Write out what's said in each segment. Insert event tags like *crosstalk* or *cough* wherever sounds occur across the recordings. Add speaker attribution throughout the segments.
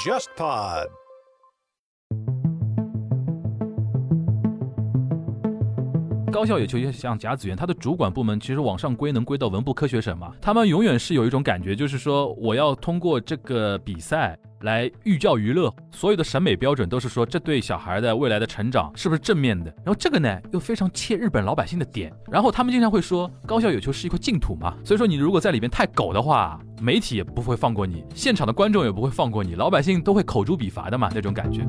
Speaker 1: JustPod。
Speaker 2: 高校有求学像甲子园，它的主管部门其实往上归能归到文部科学省嘛，他们永远是有一种感觉，就是说我要通过这个比赛来寓教于乐，所有的审美标准都是说这对小孩的未来的成长是不是正面的。然后这个呢又非常切日本老百姓的点，然后他们经常会说高校有求是一块净土嘛，所以说你如果在里面太狗的话，媒体也不会放过你，现场的观众也不会放过你，老百姓都会口诛笔伐的嘛那种感觉。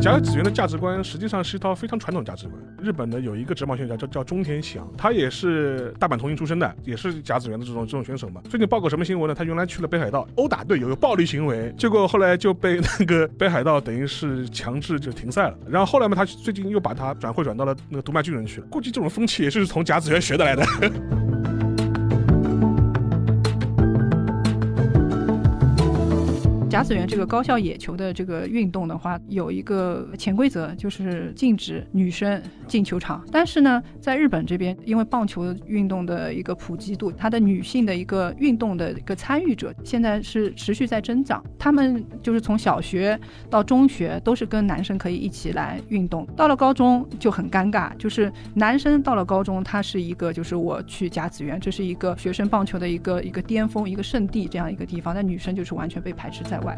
Speaker 3: 甲子园的价值观实际上是一套非常传统的价值观。日本的有一个职棒选手叫叫中田翔，他也是大阪桐荫出身的，也是甲子园的这种这种选手嘛。最近报个什么新闻呢？他原来去了北海道殴打队友，有暴力行为，结果后来就被那个 *laughs* 北海道等于是强制就停赛了。然后后来嘛，他最近又把他转会转到了那个读卖巨人去了。估计这种风气也是从甲子园学的来的。
Speaker 4: 甲子园这个高校野球的这个运动的话，有一个潜规则，就是禁止女生进球场。但是呢，在日本这边，因为棒球运动的一个普及度，它的女性的一个运动的一个参与者，现在是持续在增长。他们就是从小学到中学都是跟男生可以一起来运动，到了高中就很尴尬，就是男生到了高中，他是一个就是我去甲子园，这是一个学生棒球的一个一个巅峰、一个圣地这样一个地方，但女生就是完全被排斥在。外。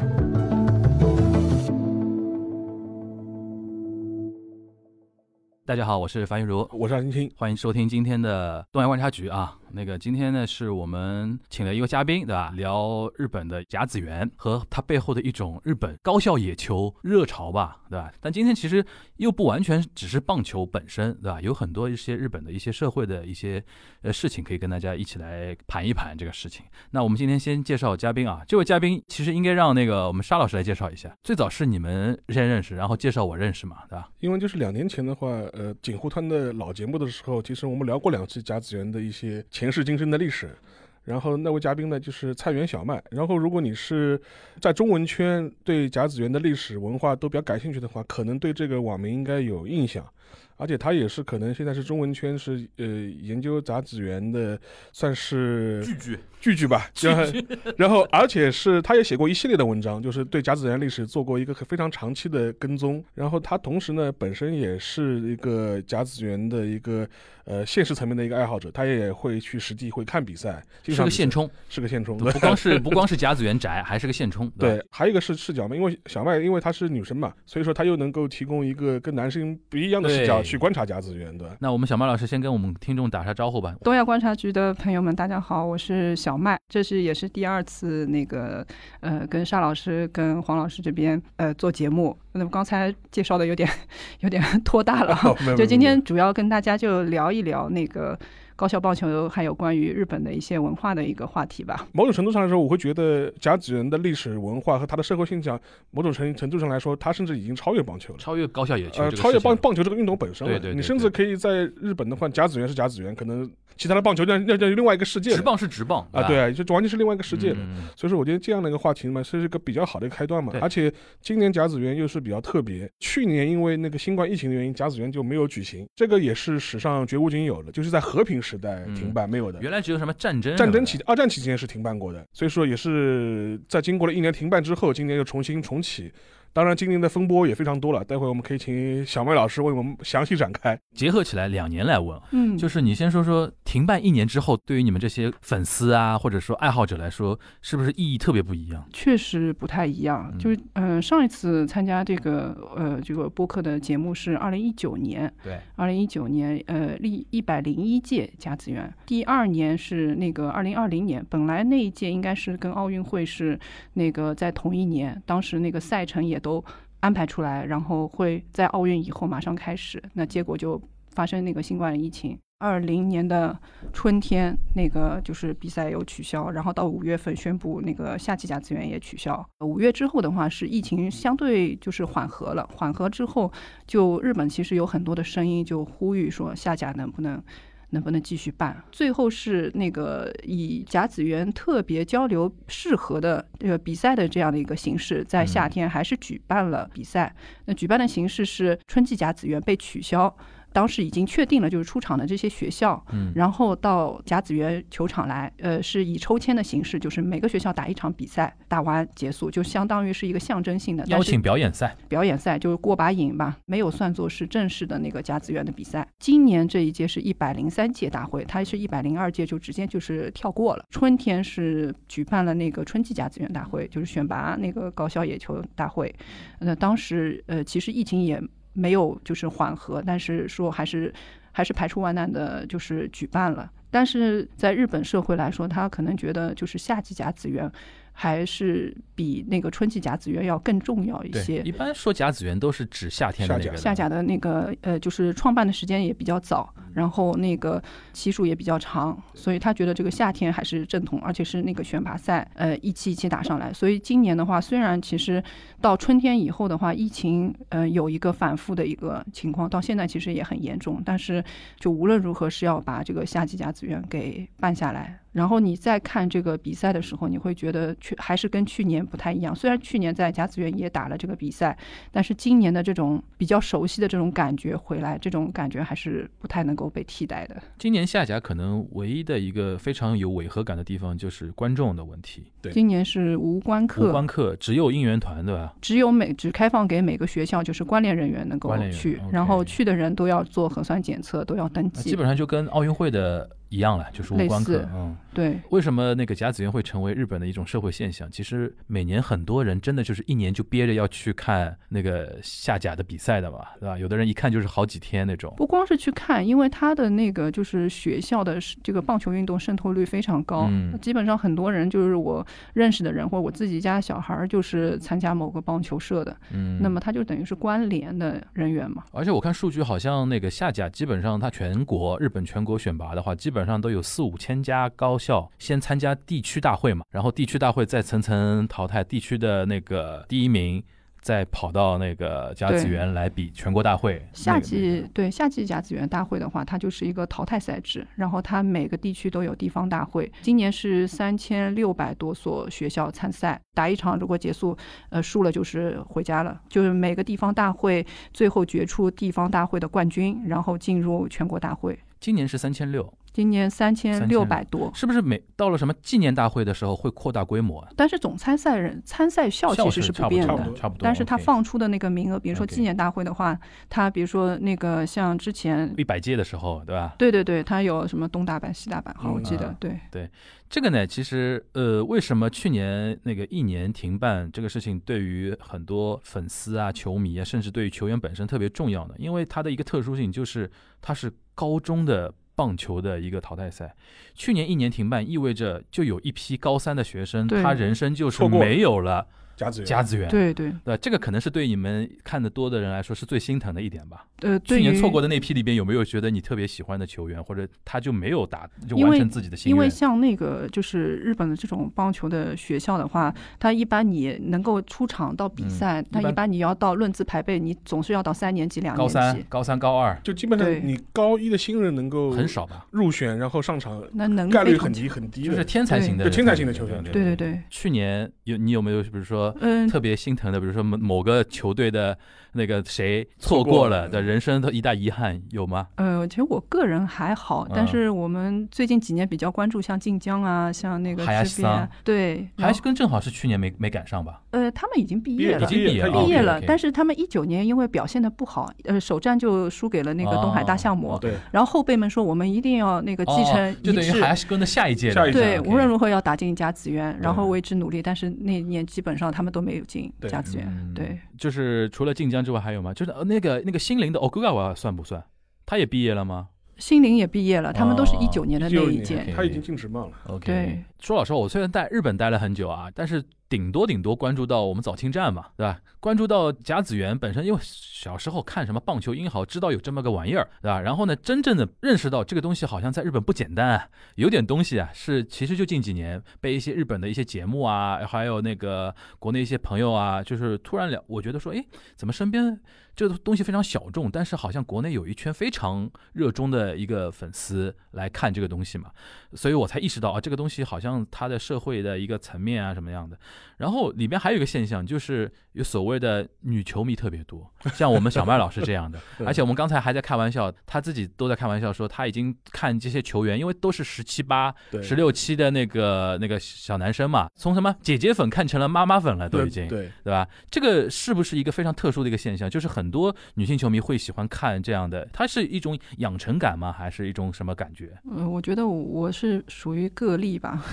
Speaker 2: 大家好，我是樊玉茹，
Speaker 3: 我是安青，
Speaker 2: 欢迎收听今天的东亚观察局啊。那个今天呢，是我们请了一个嘉宾，对吧？聊日本的甲子园和它背后的一种日本高校野球热潮吧，对吧？但今天其实又不完全只是棒球本身，对吧？有很多一些日本的一些社会的一些呃事情，可以跟大家一起来盘一盘这个事情。那我们今天先介绍嘉宾啊，这位嘉宾其实应该让那个我们沙老师来介绍一下。最早是你们先认识，然后介绍我认识嘛，对吧？
Speaker 3: 因为就是两年前的话，呃，锦湖团的老节目的时候，其实我们聊过两期甲子园的一些。前世今生的历史，然后那位嘉宾呢就是菜园小麦。然后如果你是在中文圈对甲子园的历史文化都比较感兴趣的话，可能对这个网名应该有印象。而且他也是可能现在是中文圈是呃研究甲子园的，算是
Speaker 2: 句句
Speaker 3: 句句吧。然后，然后而且是他也写过一系列的文章，就是对甲子园历史做过一个非常长期的跟踪。然后他同时呢本身也是一个甲子园的一个呃现实层面的一个爱好者，他也会去实地会看比赛，
Speaker 2: 是个现充，
Speaker 3: 是个现充，
Speaker 2: 不光是不光是甲子园宅，还是个现充。
Speaker 3: 对，还有一个是视角嘛，因为小麦因为她是女生嘛，所以说她又能够提供一个跟男生不一样的视角。去观察甲子园的。
Speaker 2: 那我们小麦老师先跟我们听众打下招呼吧。
Speaker 4: 东亚观察局的朋友们，大家好，我是小麦，这是也是第二次那个呃跟沙老师跟黄老师这边呃做节目。那么刚才介绍的有点 *laughs* 有点拖大了，
Speaker 3: 哦、
Speaker 4: 就今天主要跟大家就聊一聊那个。高校棒球还有关于日本的一些文化的一个话题吧。
Speaker 3: 某种程度上来说，我会觉得甲子园的历史文化和它的社会现象，某种程程度上来说，它甚至已经超越棒球了，
Speaker 2: 超越高校野球，
Speaker 3: 呃，超越棒棒球这个运动本身了。
Speaker 2: 对对,对,对对，
Speaker 3: 你甚至可以在日本的话，甲子园是甲子园，可能其他的棒球那那那另外一个世界，
Speaker 2: 直棒是直棒
Speaker 3: 啊，对啊，就完全是另外一个世界了。嗯、所以说，我觉得这样的一个话题嘛，是一个比较好的一个开端嘛。而且今年甲子园又是比较特别，去年因为那个新冠疫情的原因，甲子园就没有举行，这个也是史上绝无仅有的，就是在和平时。时代停办没有的，
Speaker 2: 嗯原来只有什么战争、
Speaker 3: 战争期、二战期间是停办过的，所以说也是在经过了一年停办之后，今年又重新重启。当然，今年的风波也非常多了，待会我们可以请小麦老师为我们详细展开。
Speaker 2: 结合起来，两年来问，啊
Speaker 4: 嗯，
Speaker 2: 就是你先说说停办一年之后，对于你们这些粉丝啊，或者说爱好者来说，是不是意义特别不一样？
Speaker 4: 确实不太一样，就是嗯、呃，上一次参加这个呃这个播客的节目是二零一九年，
Speaker 2: 对，
Speaker 4: 二零一九年呃历一百零一届甲子园，第二年是那个二零二零年，本来那一届应该是跟奥运会是那个在同一年，当时那个赛程也。都安排出来，然后会在奥运以后马上开始。那结果就发生那个新冠疫情。二零年的春天，那个就是比赛有取消，然后到五月份宣布那个夏季甲资源也取消。五月之后的话，是疫情相对就是缓和了，缓和之后，就日本其实有很多的声音就呼吁说下甲能不能。能不能继续办。最后是那个以甲子园特别交流适合的这个比赛的这样的一个形式，在夏天还是举办了比赛。那举办的形式是春季甲子园被取消。当时已经确定了，就是出场的这些学校，
Speaker 2: 嗯
Speaker 4: 然后到甲子园球场来，呃，是以抽签的形式，就是每个学校打一场比赛，打完结束，就相当于是一个象征性的但
Speaker 2: 邀
Speaker 4: 是
Speaker 2: 请表演赛，
Speaker 4: 表演赛，就是过把瘾吧，没有算作是正式的那个甲子园的比赛。今年这一届是一百零三届大会，它是一百零二届就直接就是跳过了。春天是举办了那个春季甲子园大会，就是选拔那个高校野球大会。那当时呃，其实疫情也没有就是缓和，但是说还是还是排除万难的，就是举办了。但是在日本社会来说，他可能觉得就是夏季甲子园还是比那个春季甲子园要更重要一些。
Speaker 2: 一般说甲子园都是指夏天的那个的嗯
Speaker 4: 下甲的那个呃，就是创办的时间也比较早，然后那个期数也比较长，所以他觉得这个夏天还是正统，而且是那个选拔赛，呃，一期一期打上来。所以今年的话，虽然其实到春天以后的话，疫情呃有一个反复的一个情况，到现在其实也很严重，但是就无论如何是要把这个夏季甲子园给办下来。然后你再看这个比赛的时候，你会觉得去还是跟去年不太一样。虽然去年在甲子园也打了这个比赛，但是今年的这种比较熟悉的这种感觉回来，这种感觉还是不太能够被替代的。
Speaker 2: 今年夏甲可能唯一的一个非常有违和感的地方就是观众的问题，
Speaker 3: 对
Speaker 4: 今年是无关
Speaker 2: 无
Speaker 4: 课，
Speaker 2: 关课只有应援团对吧？
Speaker 4: 只有每只开放给每个学校就是关联人员能够
Speaker 2: 关联人
Speaker 4: 去，
Speaker 2: ，OK
Speaker 4: 然后去的人都要做核酸检测，都要登
Speaker 2: 那
Speaker 4: 记。
Speaker 2: 基本上就跟奥运会的一样了，就是无关
Speaker 4: 类
Speaker 2: 课
Speaker 4: 似。
Speaker 2: 嗯，
Speaker 4: 对
Speaker 2: 为什么那个甲子园会成为日本的一种社会现象？其实每年很多人真的就是一年就憋着要去看那个下甲的比赛的嘛，对吧？有的人一看就是好几天那种。
Speaker 4: 不光是去看，因为他的那个就是学校的是这个棒球运动渗透率非常高，
Speaker 2: 嗯
Speaker 4: 基本上很多人就是我认识的人或者我自己家的小孩儿就是参加某个棒球社的，
Speaker 2: 嗯，
Speaker 4: 那么他就等于是关联的人员嘛。
Speaker 2: 而且我看数据，好像那个下甲基本上它全国日本全国选拔的话，基本上都有四五千家高校先参加地区大会嘛，然后地区大会再层层淘汰，地区的那个第一名再跑到那个甲子园来比全国大会。
Speaker 4: 夏
Speaker 2: 那个
Speaker 4: 季对夏季甲子园大会的话，它就是一个淘汰赛制，然后它每个地区都有地方大会。今年是三千六百多所学校参赛，打一场如果结束，呃，输了就是回家了。就是每个地方大会最后决出地方大会的冠军，然后进入全国大会。
Speaker 2: 今年是三千六，
Speaker 4: 今年三千六百多，
Speaker 2: 是不是每到了什么纪念大会的时候会扩大规模？啊
Speaker 4: 但是总参赛人参赛校
Speaker 2: 校
Speaker 4: 其实是
Speaker 2: 差不多
Speaker 4: 不变
Speaker 2: 差
Speaker 4: 的
Speaker 2: 不。多，差不多。
Speaker 4: 但是它放出的那个名额，比如说
Speaker 2: OK
Speaker 4: 纪念大会的话，它比如说那个像之前
Speaker 2: 一百届的时候，对吧？
Speaker 4: 对对对，它有什么东大阪、西大阪，好，我
Speaker 3: 嗯
Speaker 4: 记得、
Speaker 2: 啊
Speaker 4: 对。
Speaker 2: 这个呢，其实呃，为什么去年那个一年停办这个事情，对于很多粉丝啊、球迷啊，甚至对于球员本身特别重要呢？因为它的一个特殊性就是它是高中的棒球的一个淘汰赛。去年一年停办，意味着就有一批高三的学生，
Speaker 4: 对
Speaker 2: 他人生就是
Speaker 3: 错过了
Speaker 2: 没有了
Speaker 3: 甲子园，
Speaker 2: 甲子园。
Speaker 4: 对对，
Speaker 2: 对，这个可能是对你们看得多的人来说是最心疼的一点吧。
Speaker 4: 呃，
Speaker 2: 去
Speaker 4: 对
Speaker 2: 年
Speaker 4: 于
Speaker 2: 错过的那批里边，有没有觉得你特别喜欢的球员，或者他就没有打，就
Speaker 4: 因
Speaker 2: 完
Speaker 4: 为
Speaker 2: 成自己的心
Speaker 4: 因为
Speaker 2: 愿？
Speaker 4: 像那个就是日本的这种棒球的学校的话，它一般你能够出场到比
Speaker 2: 嗯
Speaker 4: 赛，它
Speaker 2: 一般
Speaker 4: 一般你要到论资排辈，你总是要到三年级、两
Speaker 2: 高
Speaker 4: 年
Speaker 2: 三
Speaker 4: 级，、
Speaker 2: 高三、高二。
Speaker 3: 就基本上
Speaker 4: 对
Speaker 3: 你高一的新人能够
Speaker 2: 很少吧，
Speaker 3: 入选，然后上场
Speaker 4: 那能力
Speaker 3: 概率
Speaker 4: 非常
Speaker 3: 很
Speaker 4: 低。
Speaker 3: 低很低
Speaker 2: 就是
Speaker 3: 的。
Speaker 2: 天才型的，
Speaker 3: 对就天才型的球员
Speaker 4: 对对。对，
Speaker 2: 去年有你有没有，比如说
Speaker 4: 嗯，
Speaker 2: 特别心疼的，比如说某某个球队的那个谁错
Speaker 3: 错过
Speaker 2: 过
Speaker 3: 了
Speaker 2: 了的人生的一大遗憾，有吗？
Speaker 4: 呃，其实我个人还好，但
Speaker 2: 嗯
Speaker 4: 是我们最近几年比较关注像晋江啊，像那个
Speaker 2: 海亚
Speaker 4: 这
Speaker 2: 西
Speaker 4: 边
Speaker 2: 桑
Speaker 4: 啊，对，然
Speaker 2: 还
Speaker 4: 后
Speaker 2: 是跟正好是去年没没赶上吧，
Speaker 4: 呃，他们已经毕
Speaker 3: 毕业
Speaker 4: 业
Speaker 3: 了
Speaker 4: 了
Speaker 2: 已，经毕业
Speaker 3: 他
Speaker 2: 了，
Speaker 3: 已经
Speaker 4: 毕业了，但
Speaker 2: 是
Speaker 4: 是他们一九年因为表现的不好，呃，首战就输给了那个东海
Speaker 2: 哦
Speaker 4: 大项目，
Speaker 3: 对，
Speaker 4: 然后后辈们说我们一定要那个继承
Speaker 2: 就
Speaker 4: 一
Speaker 2: 等于
Speaker 4: 致，
Speaker 2: 还是跟的下一届的，
Speaker 3: 下一届
Speaker 4: 对，
Speaker 2: OK
Speaker 4: 无论如何要打进甲子园，然后
Speaker 2: 对
Speaker 4: 为之努力，但是那一年基本上他们都没有进
Speaker 3: 对
Speaker 4: 甲子园
Speaker 2: 嗯，
Speaker 4: 对，
Speaker 2: 就是除了晋江之外还有吗？就是呃那个那个心灵的 Okugawa 算不算？他也毕业了吗
Speaker 4: 心灵也毕业了，他们都是
Speaker 2: 哦
Speaker 4: 一九年的那
Speaker 3: 19
Speaker 4: 一
Speaker 3: 年
Speaker 4: 届，
Speaker 2: OK
Speaker 3: 他已经进职棒了。
Speaker 2: ？OK，
Speaker 4: 对
Speaker 2: 说老实话，我虽然在日本待了很久啊，但是顶多顶多关注到我们早清站嘛，对吧？关注到甲子园本身，因为小时候看什么棒球英豪，知道有这么个玩意儿，对吧？然后呢，真正的认识到这个东西好像在日本不简单、啊，有点东西啊，是其实就近几年被一些日本的一些节目啊，还有那个国内一些朋友啊，就是突然聊，我觉得说，哎，怎么身边这个东西非常小众，但是好像国内有一圈非常热衷的一个粉丝来看这个东西嘛，所以我才意识到啊，这个东西好像它的社会的一个层面啊什么样的。然后里边还有一个现象，就是有所谓的女球迷特别多，像我们小麦老师这样的
Speaker 3: *laughs* 对。
Speaker 2: 而且我们刚才还在开玩笑，他自己都在开玩笑说他已经看这些球员，因为都是十七八、
Speaker 3: 对
Speaker 2: 十六七的那个那个小男生嘛，从什么姐姐粉看成了妈妈粉了，都
Speaker 3: 对
Speaker 2: 已经。
Speaker 3: 对
Speaker 2: 对吧？这个是不是一个非常特殊的一个现象？就是很多女性球迷会喜欢看这样的，它是一种养成感吗？还是一种什么感觉？
Speaker 4: 呃，我觉得我我是属于个例吧。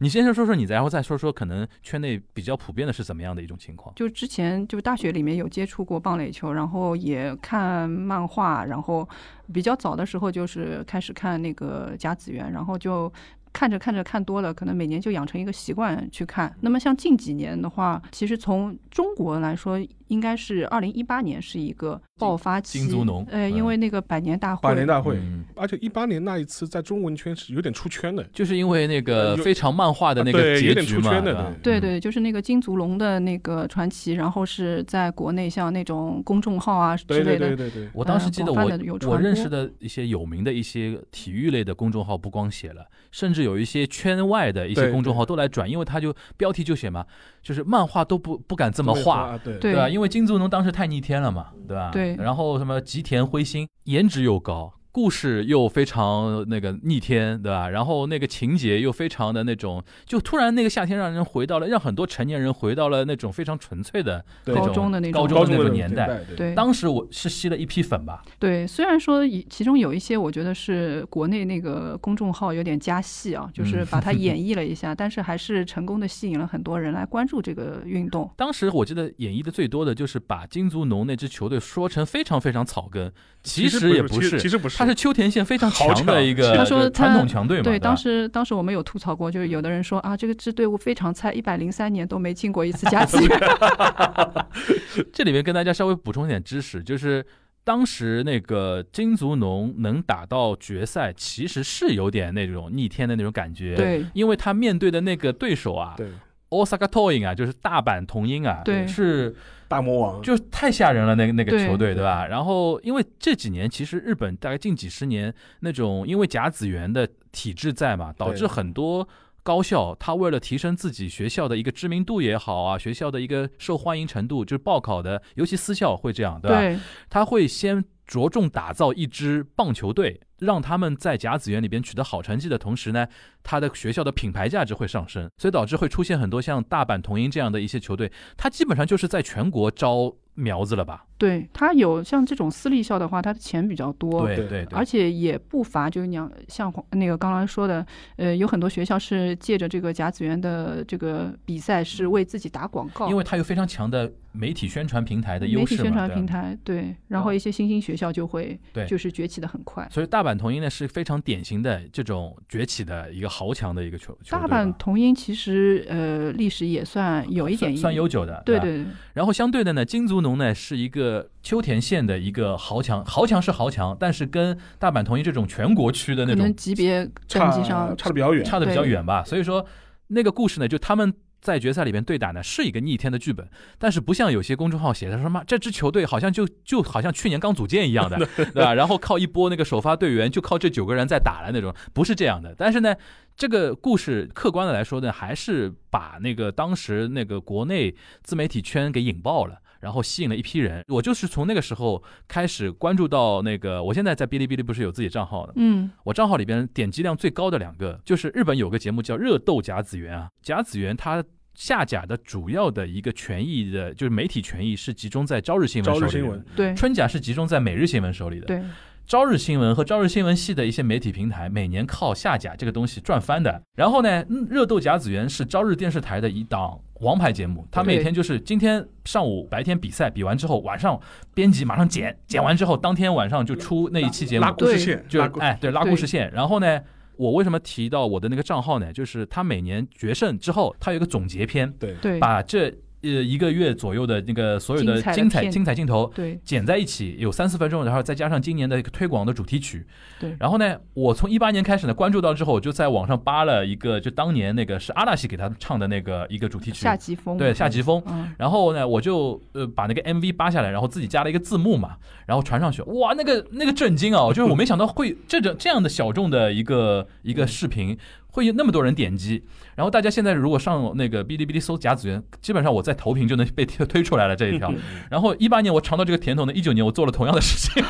Speaker 2: 你先说说你的，然后再说说可能圈内比较普遍的是怎么样的一种情况？
Speaker 4: 就之前就大学里面有接触过棒垒球，然后也看漫画，然后比较早的时候就是开始看那个甲子园，然后就。看着看着看多了，可能每年就养成一个习惯去看。那么像近几年的话，其实从中国来说，应该是二零一八年是一个爆发期。
Speaker 2: 金足农
Speaker 4: 呃，
Speaker 2: 嗯
Speaker 4: 因为那个百年大会。
Speaker 3: 八年大会，
Speaker 2: 嗯
Speaker 3: 而且一八年那一次在中文圈是有点出圈的，
Speaker 2: 就是因为那个
Speaker 3: 呃有
Speaker 2: 非常漫画的那
Speaker 3: 啊
Speaker 2: 个
Speaker 3: 对
Speaker 2: 结
Speaker 3: 有点
Speaker 2: 局
Speaker 3: 出
Speaker 2: 嘛，
Speaker 3: 圈的
Speaker 2: 对吧？
Speaker 4: 对
Speaker 2: 嗯，
Speaker 4: 对，就是那个金足龙的那个传奇，然后是在国内像那种公众号啊之
Speaker 3: 对对
Speaker 4: 类
Speaker 3: 对
Speaker 4: 的，
Speaker 3: 对
Speaker 4: 呃
Speaker 3: 对，
Speaker 2: 我当时记得
Speaker 4: 嗯广
Speaker 2: 我、
Speaker 4: 泛地有传
Speaker 2: 我认
Speaker 4: 播
Speaker 2: 识的一些有名的一些体育类的公众号，不光写了，甚至有一些圈外的一些
Speaker 3: 对
Speaker 2: 公众号都来转，因为他就标题就写嘛，就是漫画都不不敢这么
Speaker 3: 对
Speaker 2: 画，
Speaker 3: 啊？对
Speaker 4: 对
Speaker 2: 吧？因为金足农当时太逆天了嘛，对吧？
Speaker 4: 对
Speaker 2: 然后什么吉田辉星，颜值又高，故事又非常那个逆天，对吧？然后那个情节又非常的那种，就突然那个夏天让人回到了，让很多成年人回到了那种非常纯粹的
Speaker 3: 对
Speaker 2: 那种
Speaker 4: 高中的那种
Speaker 2: 高
Speaker 3: 高
Speaker 2: 中的
Speaker 3: 中
Speaker 2: 那
Speaker 3: 的
Speaker 2: 种年代。，
Speaker 4: 对
Speaker 2: 当时我是吸了一批粉吧，
Speaker 4: 对，虽然说以其中有一些，我觉得是国内那个公众号有点加戏啊，
Speaker 2: 嗯
Speaker 4: 就是
Speaker 2: *laughs*
Speaker 4: 把它演绎了一下，但是还是成功的吸引了很多人来关注这个运动。
Speaker 2: 当时我记得演绎的最多的就是把金足农那支球队说成非常非常草根，其实也
Speaker 3: 不
Speaker 2: 不
Speaker 3: 是，其
Speaker 2: 是，
Speaker 3: 其实不是，
Speaker 2: 他是秋田县非常
Speaker 3: 好
Speaker 2: 强的
Speaker 3: 强
Speaker 2: 一个
Speaker 4: 他说他
Speaker 2: 传统强队嘛。
Speaker 4: 对，
Speaker 2: 吧
Speaker 4: 当时当时我们有吐槽过，就是有的人说啊，这个支队伍非常菜，一百零三年都没进过一次
Speaker 2: *laughs*
Speaker 4: 甲级。
Speaker 2: 这里面跟大家稍微补充一点知识，就是当时那个金足农能打到决赛，其实是有点那种逆天的那种感觉。。
Speaker 4: 对
Speaker 2: 因为他面对的那个对手啊
Speaker 3: 对
Speaker 2: ，Osaka Toyin 啊，就是大阪桐鹰啊，
Speaker 4: 对
Speaker 2: 是
Speaker 3: 大魔王，
Speaker 2: 就是太吓人了，那个那个
Speaker 4: 对
Speaker 2: 球队，对吧？然后因为这几年其实日本大概近几十年那种因为甲子园的体制在嘛，导致很多。高校，他为了提升自己学校的一个知名度也好啊，学校的一个受欢迎程度，就是报考的，尤其私校会这样，对吧？
Speaker 4: 对
Speaker 2: 他会先着重打造一支棒球队，让他们在甲子园里边取得好成绩的同时呢，他的学校的品牌价值会上升，所以导致会出现很多像大阪桐鹰这样的一些球队，他基本上就是在全国招苗子了吧？
Speaker 4: 对，他有像这种私立校的话，他的钱比较多。
Speaker 2: 对
Speaker 3: 对
Speaker 2: 对对
Speaker 4: 而，且也不乏，就是你要像黄那个刚刚说的，呃，有很多学校是借着这个甲子园的这个比赛是为自己打广
Speaker 2: 嗯
Speaker 4: 告，
Speaker 2: 因为他有非常强的媒体宣传平台的
Speaker 4: 媒
Speaker 2: 优
Speaker 4: 体
Speaker 2: 势嘛，
Speaker 4: 宣传
Speaker 2: 对啊
Speaker 4: 平台对，然
Speaker 2: 哦
Speaker 4: 后一些新兴学校就会
Speaker 2: 对
Speaker 4: 就是崛起的很快。
Speaker 2: 所以大阪桐鹰呢是非常典型的这种崛起的一个豪强的一个球球
Speaker 4: 大
Speaker 2: 队吧，哦
Speaker 4: 阪桐鹰其实呃历史也算有一点
Speaker 2: 算算悠久的，
Speaker 4: 对
Speaker 2: 吧
Speaker 4: 对对
Speaker 2: 然后相对的呢，金足农呢是一个秋田县的一个豪强，豪强是豪强，但是跟大阪桐鹰这种全国区的那
Speaker 4: 可
Speaker 2: 种
Speaker 4: 能级别
Speaker 3: 差
Speaker 4: 等级上
Speaker 3: 差的比较远，
Speaker 2: 差的比较
Speaker 4: 对
Speaker 2: 远吧。所以说那个故事呢，就他们在决赛里面对打呢，是一个逆天的剧本，但是不像有些公众号写的说嘛，这支球队好像就就好像去年刚组建一样的，对吧？然后靠一波那个首发队员，就靠这九个人在打了那种，不是这样的。但是呢，这个故事客观的来说呢，还是把那个当时那个国内自媒体圈给引爆了。然后吸引了一批人，我就是从那个时候开始关注到那个，我现在在哔哩哔哩不是有自己账号的，
Speaker 4: 嗯
Speaker 2: 我账号里边点击量最高的两个，就是日本有个节目叫《热斗甲子园》啊，甲子园它下甲的主要的一个权益的，就是媒体权益是集中在朝日新闻手
Speaker 3: 朝
Speaker 2: 里的，
Speaker 3: 日新闻，
Speaker 4: 对
Speaker 2: 春甲是集中在每日新闻手里的。
Speaker 4: 对
Speaker 2: 朝日新闻和朝日新闻系的一些媒体平台，每年靠下甲这个东西赚翻的。然后呢，嗯热斗甲子园是朝日电视台的一档王牌节目，它每
Speaker 4: 对
Speaker 2: 天就是今天上午白天比赛比完之后，晚上编辑马上剪，剪完之后当天晚上就出那一期节目
Speaker 3: 拉，故事线，
Speaker 2: 就哎
Speaker 3: 拉故
Speaker 2: 哎对拉故事线，然后呢。我为什么提到我的那个账号呢？就是他每年决胜之后，他有一个总结篇，
Speaker 3: 对，
Speaker 4: 对
Speaker 2: 把这呃一个月左右的那个所有的
Speaker 4: 精彩的
Speaker 2: 精彩
Speaker 4: 片
Speaker 2: 精彩镜头
Speaker 4: 对
Speaker 2: 剪在一起，有三四分钟，然后再加上今年的一个推广的主题曲。
Speaker 4: 对
Speaker 2: 然后呢，我从一八年开始呢关注到之后，我就在网上扒了一个，就当年那个是阿拉西给他唱的那个一个主题曲，
Speaker 4: 夏季风
Speaker 2: 对夏季风。
Speaker 4: 嗯，
Speaker 2: 然后呢，我就呃把那个 MV 扒下来，然后自己加了一个字幕嘛，然后传上去，哇，那个那个震
Speaker 3: *laughs*
Speaker 2: 惊啊！就是我没想到会这种这样的小众的一个一
Speaker 3: 嗯
Speaker 2: 个视频会有那么多人点击。然后大家现在如果上那个哔哩哔哩搜贾子源，基本上我在投屏就能被推推出来了这一条。
Speaker 3: 嗯
Speaker 2: 然后一八年我尝到这个甜头呢，一九年我做了同样的事
Speaker 3: *laughs*
Speaker 2: 情，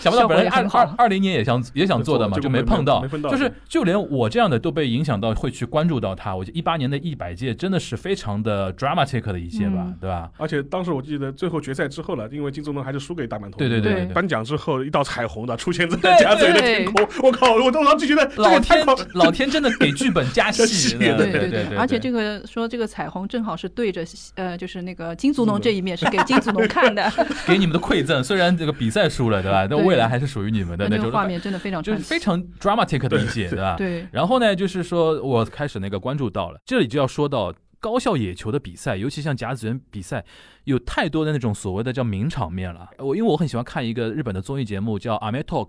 Speaker 2: 想不到本来
Speaker 4: 效果也很
Speaker 2: 二
Speaker 4: 好
Speaker 2: 二二零年也想也想做的嘛，
Speaker 3: 就
Speaker 2: 就
Speaker 3: 没
Speaker 2: 碰到
Speaker 3: 没碰，到
Speaker 2: 就是就连我这样的都被影响到，会去关注到他。我觉得一八年的一百届真的是非常的 dramatic 的一届吧
Speaker 4: 嗯，
Speaker 2: 对吧？
Speaker 3: 而且当时我记得最后决赛之后了，因为金钟东还是输给大阪同
Speaker 2: 对对
Speaker 4: 对
Speaker 2: 对。
Speaker 3: 颁奖之后一道彩虹的出现在
Speaker 2: 对
Speaker 3: 家嘴的
Speaker 4: 对
Speaker 3: 天空，我靠！我当时就觉得这
Speaker 2: 老
Speaker 3: 个太
Speaker 2: 天
Speaker 3: 狂，
Speaker 2: 老天真的给剧本加
Speaker 3: 加
Speaker 2: 戏，
Speaker 3: 戏
Speaker 4: *laughs*
Speaker 3: 对
Speaker 4: 对
Speaker 2: 对
Speaker 4: 对
Speaker 2: 对，
Speaker 4: 而且
Speaker 2: 对
Speaker 4: 这个说这个彩虹正好是对着呃，就是那个金足农这一面是给金足农看
Speaker 2: *laughs*
Speaker 4: 的，
Speaker 2: 给你们的馈赠，虽然这个比赛输了，对吧？但
Speaker 4: 对
Speaker 2: 未来还是属于你们的那
Speaker 4: 那个
Speaker 2: 种
Speaker 4: 画，面真的非常
Speaker 2: 就是
Speaker 4: 传奇，
Speaker 2: 非常啊 dramatic 的一届，对吧？
Speaker 4: 对
Speaker 2: 然后呢，就是说我开始那个关注到了，这里就要说到高校野球的比赛，尤其像甲子园比赛，有太多的那种所谓的叫名场面了。我因为我很喜欢看一个日本的综艺节目叫《阿妹 Talk》，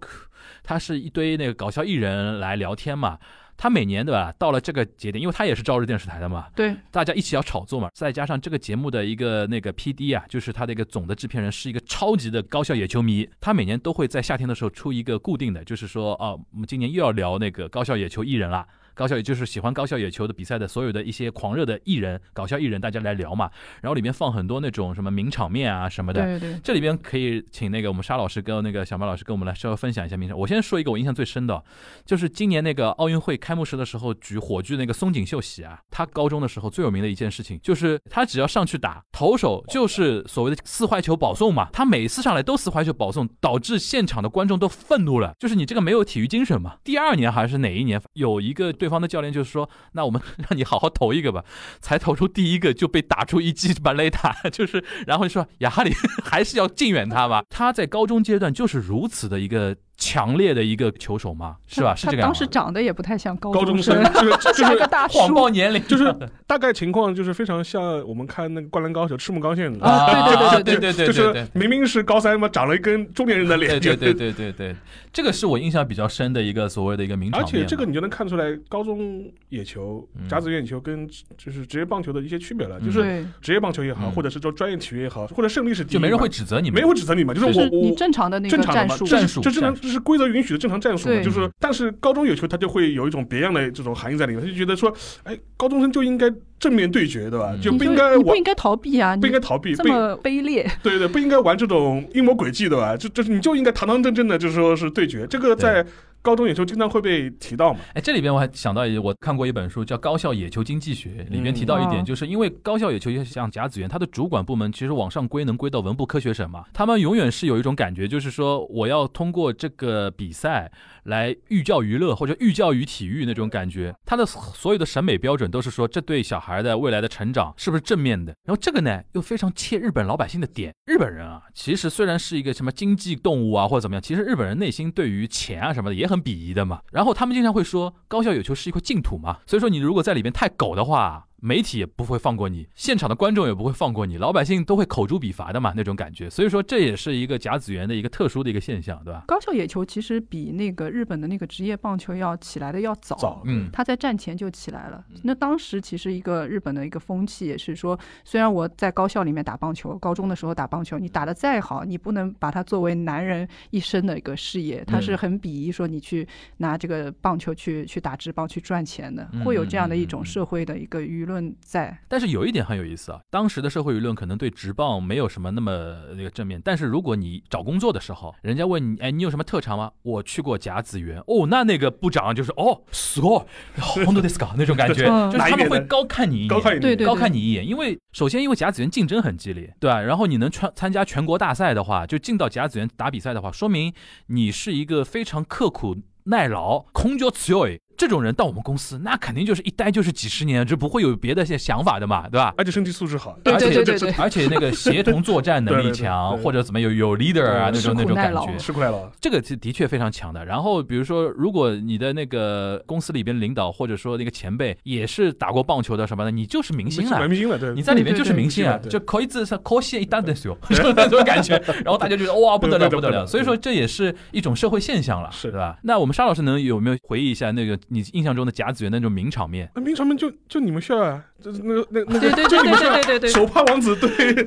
Speaker 2: 它是一堆那个搞笑艺人来聊天嘛。他每年对吧，到了这个节点，因为他也是朝日电视台的嘛，
Speaker 4: 对
Speaker 2: 大家一起要炒作嘛，再加上这个节目的一个那个 P D 啊，就是他的一个总的制片人是一个超级的高校野球迷，他每年都会在夏天的时候出一个固定的，就是说啊，我们今年又要聊那个高校野球艺人啦。高校也就是喜欢高校野球的比赛的所有的一些狂热的艺人、搞笑艺人，大家来聊嘛。然后里面放很多那种什么名场面啊什么的，
Speaker 4: 对对，
Speaker 2: 这里边可以请那个我们沙老师跟那个小马老师跟我们来稍微分享一下名场。我先说一个我印象最深的，就是今年那个奥运会开幕式的时候举火炬那个松井秀喜啊，他高中的时候最有名的一件事情就是他只要上去打投手就是所谓的四坏球保送嘛，他每次上来都四坏球保送，导致现场的观众都愤怒了，就是你这个没有体育精神嘛。第二年还是哪一年，有一个对方的教练就是说，那我们让你好好投一个吧，才投出第一个就被打出一记板雷打， *laughs* 就是然后就说亚哈里 *laughs* 还是要敬远他吧。他在高中阶段就是如此的一个强烈的一个球手嘛，是吧？
Speaker 4: 他
Speaker 2: 是这个样
Speaker 4: 他当
Speaker 2: 吗
Speaker 4: 时长得也不太像高
Speaker 3: 高中
Speaker 4: *laughs* 中
Speaker 3: 生就是就是
Speaker 4: 像一个大叔
Speaker 2: *laughs* 谎报年龄，
Speaker 3: 就是大概情况就是非常像我们看那个《灌篮高手》赤木刚宪的
Speaker 4: 啊对
Speaker 2: 对
Speaker 4: 对
Speaker 2: 对对
Speaker 3: 就
Speaker 2: 对对
Speaker 3: 是明明是高三嘛，长了一根中年人的脸，
Speaker 2: 对对对
Speaker 3: 就。
Speaker 2: 对对对，这个是我印象比较深的一个所谓的一个名场
Speaker 3: 而
Speaker 2: 面嘛。啊
Speaker 3: 且这个你就能看出来，高中野球
Speaker 2: 嗯、
Speaker 3: 甲子园野球跟就是职业棒球的一些区别了。
Speaker 2: 嗯
Speaker 3: 就是
Speaker 4: 对，
Speaker 3: 职业棒球也好，
Speaker 2: 嗯
Speaker 3: 或者是说专业体育也好，或者胜利是第一
Speaker 2: 就没人
Speaker 3: 嘛
Speaker 2: 会指责你们，
Speaker 3: 没人会指责你嘛，就是
Speaker 4: 就是
Speaker 3: 我
Speaker 4: 你
Speaker 3: 我
Speaker 4: 正常的那
Speaker 3: 正
Speaker 4: 个
Speaker 3: 常的
Speaker 4: 战
Speaker 3: 嘛，
Speaker 4: 术，
Speaker 2: 战
Speaker 3: 这
Speaker 2: 术
Speaker 3: 是这正常，
Speaker 2: 战
Speaker 3: 这是规则允许的正常战术嘛，
Speaker 4: 对
Speaker 3: 就是但是高中有球他就会有一种别样的这种含义在里面，他就觉得说，哎，高中生就应该正面对决，对吧？
Speaker 2: 嗯
Speaker 3: 就
Speaker 4: 你
Speaker 3: 不应
Speaker 4: 就
Speaker 3: 该
Speaker 4: 你不
Speaker 3: 玩，
Speaker 4: 应该逃避啊，
Speaker 3: 不应
Speaker 4: 你
Speaker 3: 该逃避，
Speaker 4: 这
Speaker 3: 不应
Speaker 4: 么卑劣，
Speaker 3: 对对，不应该玩这种阴谋诡计，对吧？就就是你就应该堂堂正正的，就是说是对决，这个在高中野球经常会被提到嘛。
Speaker 2: 哎，这里边我还想到一，我看过一本书叫《高校野球经济学》，里边提到一点，
Speaker 4: 嗯
Speaker 2: 就是因为高校野球像甲子园，它的主管部门其实往上归能归到文部科学省嘛，他们永远是有一种感觉，就是说我要通过这个比赛来寓教于乐或者寓教于体育那种感觉，他的所有的审美标准都是说这对小孩的未来的成长是不是正面的，然后这个呢又非常切日本老百姓的点，日本人啊，其实虽然是一个什么经济动物啊或者怎么样，其实日本人内心对于钱啊什么的也很鄙夷的嘛。然后他们经常会说高校有球是一块净土嘛，所以说你如果在里面太狗的话，媒体也不会放过你，现场的观众也不会放过你，老百姓都会口诛笔伐的嘛那种感觉。所以说这也是一个甲子园的一个特殊的一个现象，对吧？
Speaker 4: 高校野球其实比那个日本的那个职业棒球要起来的要早，
Speaker 3: 早，
Speaker 2: 嗯，
Speaker 4: 他在战前就起来了
Speaker 2: 嗯。
Speaker 4: 那当时其实一个日本的一个风气也是说，虽然我在高校里面打棒球，高中的时候打棒球，你打得再好，你不能把它作为男人一生的一个事业，他
Speaker 3: 嗯
Speaker 4: 是很鄙夷说你去拿这个棒球去去打职棒去赚钱的
Speaker 2: 嗯，
Speaker 4: 会有这样的一种
Speaker 2: 嗯
Speaker 4: 社会的一个舆论在。
Speaker 2: 但是有一点很有意思啊，当时的社会舆论可能对职棒没有什么那么那个正面，但是如果你找工作的时候，人家问你，哎，你有什么特长吗？我去过甲子园，哦，那那个部长就是哦， *laughs* 所红的 disco 那种感觉，
Speaker 4: 嗯
Speaker 2: 就是他们
Speaker 3: 哪一
Speaker 2: 会
Speaker 3: 边的
Speaker 2: 高看你一眼，
Speaker 3: 高看你
Speaker 4: 对对
Speaker 2: 高看你一眼，因为首先因为甲子园竞争很激烈，对吧、然后你能参参加全国大赛的话，就进到甲子园打比赛的话，说明你是一个非常刻苦耐劳、空脚 t い哎这种人到我们公司，那肯定就是一待就是几十年，这不会有别的些想法的嘛，对吧？
Speaker 3: 而且身体素质好，
Speaker 4: 对
Speaker 3: 而且
Speaker 4: 对
Speaker 3: 这
Speaker 4: 对对
Speaker 3: 这
Speaker 2: 而且那个协同作战能
Speaker 3: 对
Speaker 2: 力
Speaker 3: 对对
Speaker 2: 强，
Speaker 3: 对
Speaker 2: 或者怎么有有 leader 啊那
Speaker 4: 吃
Speaker 2: 种那
Speaker 4: 苦
Speaker 2: 种
Speaker 4: 耐
Speaker 2: 感
Speaker 4: 劳
Speaker 2: 觉，
Speaker 3: 吃苦耐劳，
Speaker 2: 这个是的确非常强的。然后比如说，如果你的那个公司里边领导或者说那个前辈也是打过棒球的什么的，你就是明星了
Speaker 3: 蛮。明星了，对，
Speaker 2: 你在里面就是明星啊，
Speaker 3: 对对
Speaker 2: 就可以自可惜一单的时候，就那种感觉，然后大家就觉得哇不得了
Speaker 3: 对对对
Speaker 2: 不得
Speaker 3: 对
Speaker 2: 了，
Speaker 3: 对
Speaker 2: 所以说这也是一种社会现象了，
Speaker 3: 是
Speaker 2: 对吧？那我们沙老师能有没有回忆一下那个你印象中的甲子园那种名场面？
Speaker 3: 那名场面就就你们需要啊，就是那个那 *laughs* 那
Speaker 4: 对
Speaker 3: 个
Speaker 4: 对对对对对对对，
Speaker 3: 手帕王子对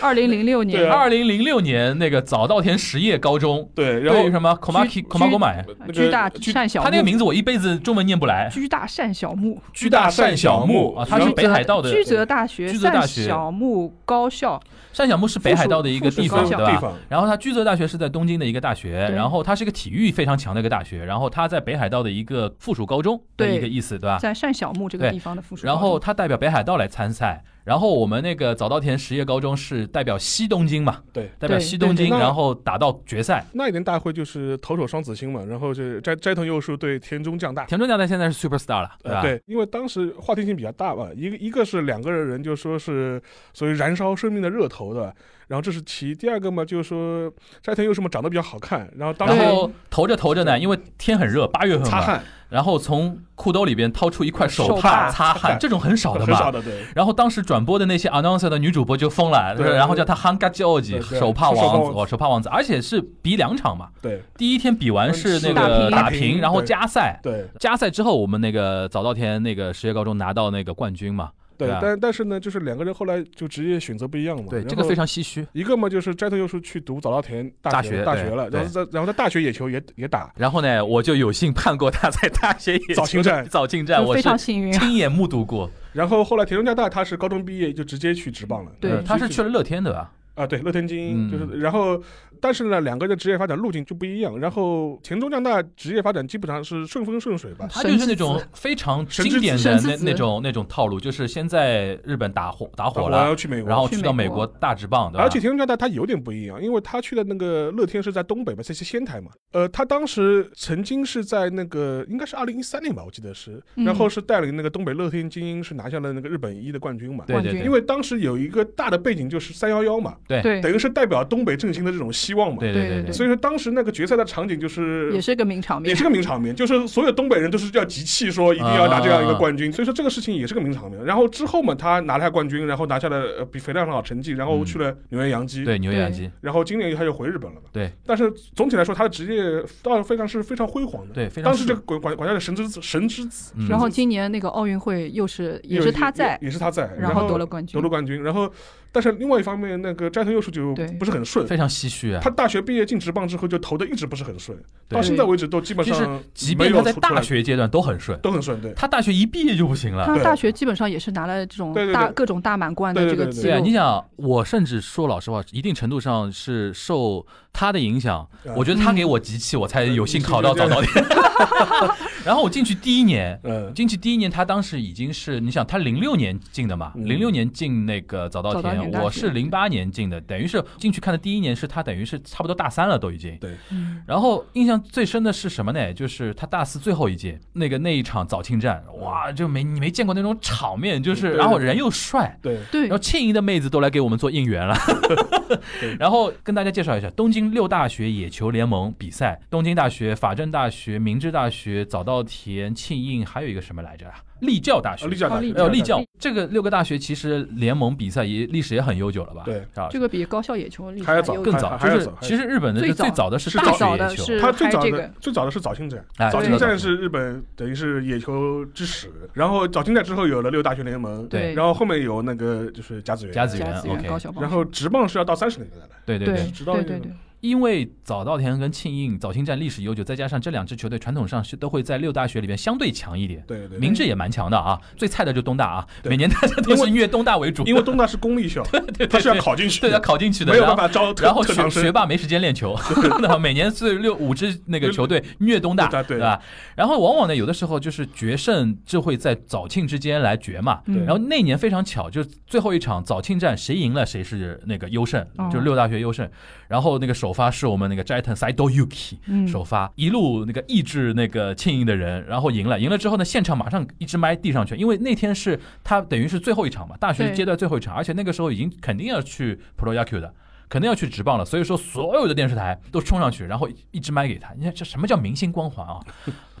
Speaker 4: 二零零六年
Speaker 3: 对啊
Speaker 2: 二零零六年那个早稻田实业高中
Speaker 3: 对，然
Speaker 2: 对于
Speaker 3: 后
Speaker 2: 什么 Komaki
Speaker 4: 居
Speaker 2: Komako 买，
Speaker 3: 那个
Speaker 4: 居大
Speaker 3: 居
Speaker 4: 善小木，
Speaker 2: 他那个名字我一辈子中文念不来，
Speaker 4: 居大善小木，
Speaker 2: 居大善小木啊，他
Speaker 3: 然
Speaker 2: 是
Speaker 3: 后
Speaker 2: 北海道的
Speaker 4: 居泽大学
Speaker 2: 居泽大
Speaker 4: 善
Speaker 2: 学
Speaker 4: 小木高校，
Speaker 2: 善小木是北海道的一个地方，
Speaker 4: 附属
Speaker 2: 对
Speaker 4: 高
Speaker 3: 地
Speaker 2: 吧？
Speaker 3: 方，
Speaker 2: 然后他居泽大学是在东京的一个大学，
Speaker 4: 对
Speaker 2: 然后它是一个体育非常强的一个大学，然后他在北海道的一个附属高中的
Speaker 4: 对
Speaker 2: 一个意思，对吧？
Speaker 4: 在善小木这个
Speaker 2: 啊对
Speaker 4: 地方的附属高中。
Speaker 2: 然后他代表北海道来参赛，然后我们那个早稻田实业高中是代表西东京嘛，
Speaker 3: 对，
Speaker 2: 代表
Speaker 4: 对
Speaker 2: 西东
Speaker 4: 对
Speaker 2: 京，
Speaker 3: 对
Speaker 2: 然后打到决赛。
Speaker 3: 那一年大会就是投手双子星嘛，然后就是斋斋藤佑树对田中将大。
Speaker 2: 田中将太现在是 super star 了，啊对吧？
Speaker 3: 呃，对，因为当时话题性比较大吧，一个一个是两个人就说是所谓燃烧生命的热头的，然后这是其一第二个嘛，就是说斋藤佑什么长得比较好看，然后当
Speaker 2: 然
Speaker 3: 时
Speaker 2: 后投着投着呢，因为天很热，八月份
Speaker 3: 擦
Speaker 2: 嘛，
Speaker 3: 汗
Speaker 2: 然后从裤兜里边掏出一块手
Speaker 4: 手帕
Speaker 2: 帕擦汗，这种很少的
Speaker 3: 很
Speaker 2: 嘛，
Speaker 3: 少的，对，
Speaker 2: 然后当时转播的那些 announcer 的女主播就疯了，
Speaker 3: 对
Speaker 2: 然后叫她 Hanga j o j
Speaker 3: 对对
Speaker 2: 手帕王
Speaker 3: 手帕
Speaker 2: 子，
Speaker 3: 王
Speaker 2: 哦，手帕王子，而且是比两场嘛，
Speaker 3: 对
Speaker 2: 第一天比完是那个
Speaker 4: 是打
Speaker 2: 打
Speaker 3: 平
Speaker 2: 平，然后
Speaker 3: 对
Speaker 2: 加赛，
Speaker 3: 对
Speaker 2: 加赛之后我们那个早稻田那个实业高中拿到那个冠军嘛，
Speaker 3: 对
Speaker 2: 对啊，
Speaker 3: 但但是呢，就是两个人后来就职业选择不一样嘛，
Speaker 2: 对，
Speaker 3: 然
Speaker 2: 这个
Speaker 3: 后
Speaker 2: 非常唏嘘。
Speaker 3: 一个嘛就是斋藤佑树去读早稻田大学
Speaker 2: 大
Speaker 3: 大
Speaker 2: 学
Speaker 3: 学了，
Speaker 2: 对
Speaker 3: 然后在然后在大学野球也也打，
Speaker 2: 然后呢，我就有幸盼过他在大学野
Speaker 3: 早进站
Speaker 2: 早进站，
Speaker 4: 就
Speaker 2: 我
Speaker 4: 非
Speaker 2: 是
Speaker 4: 常啊幸
Speaker 2: *laughs*
Speaker 4: 运，
Speaker 2: 亲眼目睹过。
Speaker 3: 然后后来田中将大他是高中毕业就直接去职棒了，
Speaker 4: 对
Speaker 2: 嗯
Speaker 3: 然后
Speaker 2: 他是去了乐天的吧？
Speaker 3: 啊，对，乐天精英
Speaker 2: 嗯
Speaker 3: 就是，然后但是呢，两个人的职业发展路径就不一样。然后田中将大职业发展基本上是顺风顺水吧，
Speaker 2: 他就是那
Speaker 4: 神
Speaker 2: 种
Speaker 4: 之
Speaker 2: 非常
Speaker 3: 神之
Speaker 2: 经典的
Speaker 4: 神之
Speaker 2: 那
Speaker 4: 子
Speaker 2: 那种那种套路，就是先在日本打火打火
Speaker 3: 啊我
Speaker 2: 了
Speaker 3: 要，去美国，
Speaker 2: 然后
Speaker 4: 去
Speaker 2: 去到
Speaker 4: 美
Speaker 2: 美国
Speaker 4: 国
Speaker 2: 大职棒，对吧？
Speaker 3: 而且田中将大他有点不一样，因为他去的那个乐天是在东北嘛，在是仙台嘛。呃，他当时曾经是在那个应该是二零一三年吧，我记得是，
Speaker 4: 嗯
Speaker 3: 然后是带领那个东北乐天精英是拿下了那个日本一的冠军嘛。
Speaker 2: 对对
Speaker 4: 冠军
Speaker 2: 对，
Speaker 3: 因为当时有一个大的背景就是三幺幺嘛，
Speaker 4: 对，
Speaker 3: 等于是代表东北振兴的这种希望嘛。
Speaker 2: 对
Speaker 4: 对
Speaker 2: 对
Speaker 4: 对
Speaker 3: 所以说当时那个决赛的场景就是
Speaker 4: 也是个名场
Speaker 3: 也
Speaker 4: 面
Speaker 3: 是。个名场面，就是所有东北人都是要集气，说一定要拿这样一个冠军，所以说这个事情也是个名场
Speaker 2: 嗯
Speaker 3: 面。然后之后嘛，他拿下冠军，然后拿下了呃比肥料很好成绩，然后去了纽约洋基，
Speaker 2: 嗯对牛眼鸡，
Speaker 3: 然后今年他又回日本了嘛。
Speaker 2: 对，
Speaker 3: 但是总体来说，他的职业到了非常是非常辉煌的。
Speaker 2: 对非常
Speaker 3: 当时这个管管管家的神之子神之子，
Speaker 2: 嗯
Speaker 4: 然后今年那个奥运会又是也是他在，
Speaker 3: 也也是他在，
Speaker 4: 然
Speaker 3: 后
Speaker 4: 后得了冠军
Speaker 3: 得了。冠军。然后，但是另外一方面，那个斋藤佑树就
Speaker 4: 对
Speaker 3: 不是很顺。
Speaker 2: 非常唏嘘啊
Speaker 3: 他。大学毕业进职棒之后，就投的一直不是很顺，
Speaker 2: 对
Speaker 3: 到现在为止都基本
Speaker 2: 就是
Speaker 3: 上
Speaker 2: 即
Speaker 3: 没
Speaker 2: 便他
Speaker 3: 有
Speaker 2: 在
Speaker 3: 出出来
Speaker 2: 大学阶段都很顺，
Speaker 3: 都很顺，对。
Speaker 2: 他大学一毕业就不行了。
Speaker 4: 他
Speaker 3: 对
Speaker 4: 大学基本上也是拿了这种
Speaker 3: 对对
Speaker 4: 大
Speaker 3: 对
Speaker 4: 各种大满贯的
Speaker 3: 对
Speaker 4: 这
Speaker 3: 对
Speaker 4: 个
Speaker 3: 对对
Speaker 4: 记
Speaker 2: 对啊，你
Speaker 4: 录，
Speaker 2: 想，我甚至说老实话，一定程度上是受他的影响。
Speaker 3: 啊
Speaker 2: 我觉得他
Speaker 4: 嗯
Speaker 2: 给我集气，我才有幸
Speaker 3: 嗯
Speaker 2: 考到早稻田。 *laughs* 然后我进去第一年，
Speaker 3: 嗯，
Speaker 2: 进去第一年，他当时已经是，你想，他零六年进的嘛，
Speaker 3: 嗯
Speaker 2: 零六年进那个早稻
Speaker 4: 早稻
Speaker 2: 田，
Speaker 4: 田大
Speaker 2: 我
Speaker 4: 学
Speaker 2: 是零八年进的，等于是进去看的第一年是他等于是差不多大三了，都已经。
Speaker 4: 嗯
Speaker 2: 然后印象最深的是什么呢？就是他大四最后一届那个那一场早庆战，哇，就没你没见过那种场面，就是
Speaker 3: 对
Speaker 2: 然后人又帅，
Speaker 3: 对，
Speaker 4: 对
Speaker 2: 然后庆宜的妹子都来给我们做应援了 *laughs*
Speaker 3: 对。
Speaker 2: 然后跟大家介绍一下，东京六大学野球联盟比赛，东京大学、法政大学、明治大学、早稻田、庆应，还有一个什么来着啊？立教大学
Speaker 3: 啊，。立教大学，
Speaker 4: 哦
Speaker 2: 呃，立
Speaker 4: 立
Speaker 2: 教
Speaker 4: 教
Speaker 2: 这个六个大学其实联盟比赛也历史也很悠久了吧？
Speaker 3: 对
Speaker 2: 是吧？
Speaker 4: 这个比高校野球历史
Speaker 3: 还要
Speaker 4: 还
Speaker 3: 早
Speaker 4: 有
Speaker 2: 更
Speaker 3: 还
Speaker 2: 早，
Speaker 3: 还
Speaker 2: 就
Speaker 3: 要
Speaker 2: 是
Speaker 3: 早还
Speaker 2: 其实日本的
Speaker 4: 最
Speaker 2: 是
Speaker 4: 早
Speaker 2: 最早的是
Speaker 3: 是
Speaker 2: 大
Speaker 3: 最
Speaker 2: 学
Speaker 4: 早
Speaker 2: 野
Speaker 4: 的
Speaker 2: 球，
Speaker 4: 是
Speaker 3: 他最
Speaker 4: 开
Speaker 3: 早
Speaker 4: 这
Speaker 3: 的
Speaker 4: 个
Speaker 3: 最早的是早庆战，
Speaker 2: 哎
Speaker 3: 早
Speaker 4: 对
Speaker 3: 庆战是日本等于是野球之始，然后早庆战之后有了六大学联盟，
Speaker 2: 对
Speaker 3: 然后后面有那个就是甲子园，
Speaker 2: 甲子
Speaker 4: 甲
Speaker 2: 园
Speaker 4: 子园
Speaker 2: ，OK，
Speaker 4: 高校棒
Speaker 3: 然后职棒是要到三十年代的，
Speaker 2: 对对
Speaker 4: 对
Speaker 2: 对，
Speaker 3: 直到
Speaker 4: 对
Speaker 3: 那
Speaker 4: 对
Speaker 3: 个
Speaker 4: 对，
Speaker 2: 因为早稻田跟庆应早庆站历史悠久，再加上这两支球队传统上是都会在六大学里边相对强一点，
Speaker 3: 对对对，
Speaker 2: 明治也蛮强的啊，最菜的就东大啊，
Speaker 3: 对
Speaker 2: 每年大家都是虐东大为主，
Speaker 3: 因为东大是公立校，他是要考进去
Speaker 2: 对要
Speaker 3: 的，
Speaker 2: 考进去的，
Speaker 3: 没有
Speaker 2: 然
Speaker 3: 办
Speaker 2: 后
Speaker 3: 法招特
Speaker 2: 然后
Speaker 3: 特长
Speaker 2: 学学
Speaker 3: 生，嗯
Speaker 2: 霸没时间练球， *laughs* 那每年是六五支那个球队虐东大，
Speaker 3: 对对。
Speaker 2: 吧？然后往往呢，有的时候就是决胜就会在早庆之间来决嘛，
Speaker 4: 嗯
Speaker 2: 然后那年非常巧，就是最后一场早庆战，谁赢了谁是那个优胜，
Speaker 4: 哦
Speaker 2: 就是六大学优胜。然后那个首首发是我们那个 Jaton Saito Yuki
Speaker 4: 嗯，
Speaker 2: 首发，一路那个抑制那个庆应的人，然后赢了，赢了之后呢，现场马上一支麦递上去，因为那天是他等于是最后一场嘛，大学
Speaker 4: 对
Speaker 2: 阶段最后一场，而且那个时候已经肯定要去 Pro Yaku 的。肯定要去职棒了，所以说所有的电视台都冲上去，然后一一支麦给他。你看这什么叫明星光环啊？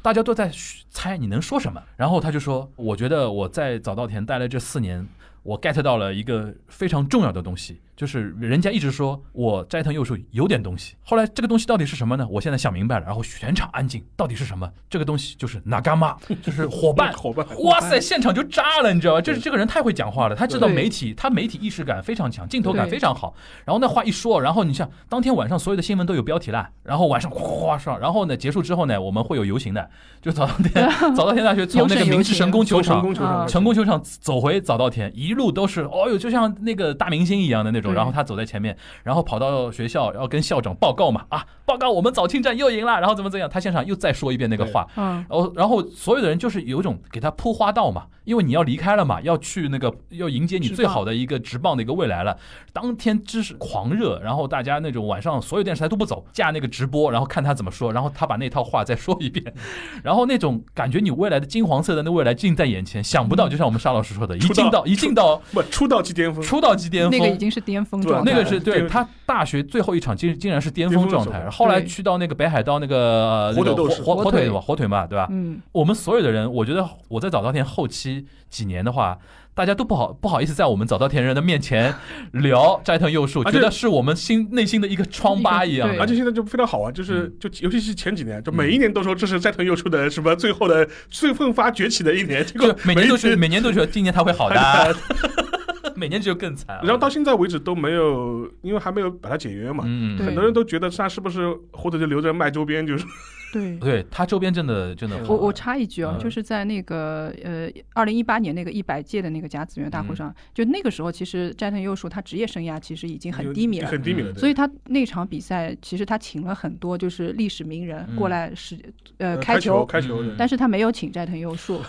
Speaker 2: 大家都在猜你能说什么。然后他就说：“我觉得我在早稻田待了这四年，我 get 到了一个非常重要的东西，就是人家一直说我斋藤佑树有点东西。后来这个东西到底是什么呢？我现在想明白了。然后全场安静，到底是什么？这个东西就是 nagama，就是伙伴
Speaker 3: 伙伴，
Speaker 2: 哇塞，现场就炸了，你知道吧？就是这个人太会讲话了，他知道
Speaker 4: 对
Speaker 2: 媒体，他媒体意识感非常强，镜头感
Speaker 4: 对
Speaker 2: 非常好。然后那话一说，然后你像当天晚上所有的新闻都有标题啦，然后晚上哗哗哗上，然后呢结束之后呢，我们会有游行的，就早稻田早稻田大学从那个明治神宫球
Speaker 3: 成
Speaker 2: 场
Speaker 3: 功球场，
Speaker 4: 啊
Speaker 2: 成功球场走回早稻田，一路都是哦哟，就像那个大明星一样的那种。
Speaker 4: 对
Speaker 2: 然后他走在前面，然后跑到学校，要跟校长报告嘛啊，报告我们早庆战又赢了，然后怎么怎么样，他现场又再说一遍那个话。
Speaker 4: 嗯，
Speaker 2: 然后，然后所有的人就是有一种给他铺花道嘛，因为你要离开了嘛，要去那个要迎接你
Speaker 4: 职棒
Speaker 2: 最好的一个职棒的一个未来了。当天真是狂热，然后大家那种晚上所有电视台都不走，架那个直播，然后看他怎么说，然后他把那套话再说一遍， *laughs* 然后那种感觉你未来的金黄色的那未来近在眼前，想不到，就像我们沙老师说的，一
Speaker 3: 出道
Speaker 2: 进到一进到
Speaker 3: 不出道即巅峰，
Speaker 2: 出道即巅
Speaker 4: 那个已
Speaker 2: 峰。
Speaker 4: 经是巅峰
Speaker 3: 对
Speaker 4: 状态
Speaker 2: 那
Speaker 4: 了，
Speaker 2: 个是
Speaker 3: 对
Speaker 2: 对他大学最后一场竟竟然是巅
Speaker 3: 巅
Speaker 2: 峰
Speaker 3: 峰
Speaker 2: 状
Speaker 3: 状
Speaker 2: 态，
Speaker 3: 态
Speaker 2: 后来
Speaker 4: 对
Speaker 2: 去到那个北海道那个
Speaker 3: 火腿
Speaker 2: 那个
Speaker 3: 斗士
Speaker 2: 火火
Speaker 4: 火腿
Speaker 2: 腿嘛，火腿嘛，对吧？
Speaker 4: 嗯，
Speaker 2: 我们所有的人，我觉得我在早稻田后期几年的话，大家都不好不好意思在我们早稻田人的面前聊斋藤佑树，觉
Speaker 3: 而且
Speaker 2: 得是我们心内心的一个疮疤一样
Speaker 4: 对
Speaker 2: 的。
Speaker 3: 而且现在就非常好啊，就是
Speaker 2: 嗯
Speaker 3: 就尤其是前几年，就每一年都说这是斋藤佑树的什么最后的最奋发崛起的一年，结
Speaker 2: 就
Speaker 3: 果
Speaker 2: 每年都
Speaker 3: 是
Speaker 2: 是每年都觉得今年他会好
Speaker 4: *laughs* 哎
Speaker 2: 的，每年只有更惨。啊
Speaker 3: 然后到现在为止都没有，因为还没有把它解约嘛，
Speaker 2: 嗯，
Speaker 4: 对
Speaker 3: 很多人都觉得他是不是或者就留着卖周边，就是
Speaker 4: 对。
Speaker 2: 对他周边真的真的很好，
Speaker 4: 我我插一句哦，
Speaker 2: 嗯
Speaker 4: 就是在那个呃，二零一八年那个一百届的那个甲子园大
Speaker 2: 嗯
Speaker 4: 会上，就那个时候，其实斋藤佑树他职业生涯其实已经很低迷了，嗯
Speaker 3: 很低迷了。
Speaker 4: 所
Speaker 3: 以
Speaker 4: 以他那场比赛其实他请了很多就是历史名人
Speaker 2: 嗯
Speaker 4: 过来是、呃
Speaker 3: 开
Speaker 4: 开球，
Speaker 3: 开球
Speaker 2: 嗯
Speaker 3: 的，
Speaker 4: 但是他没有请斋藤佑树，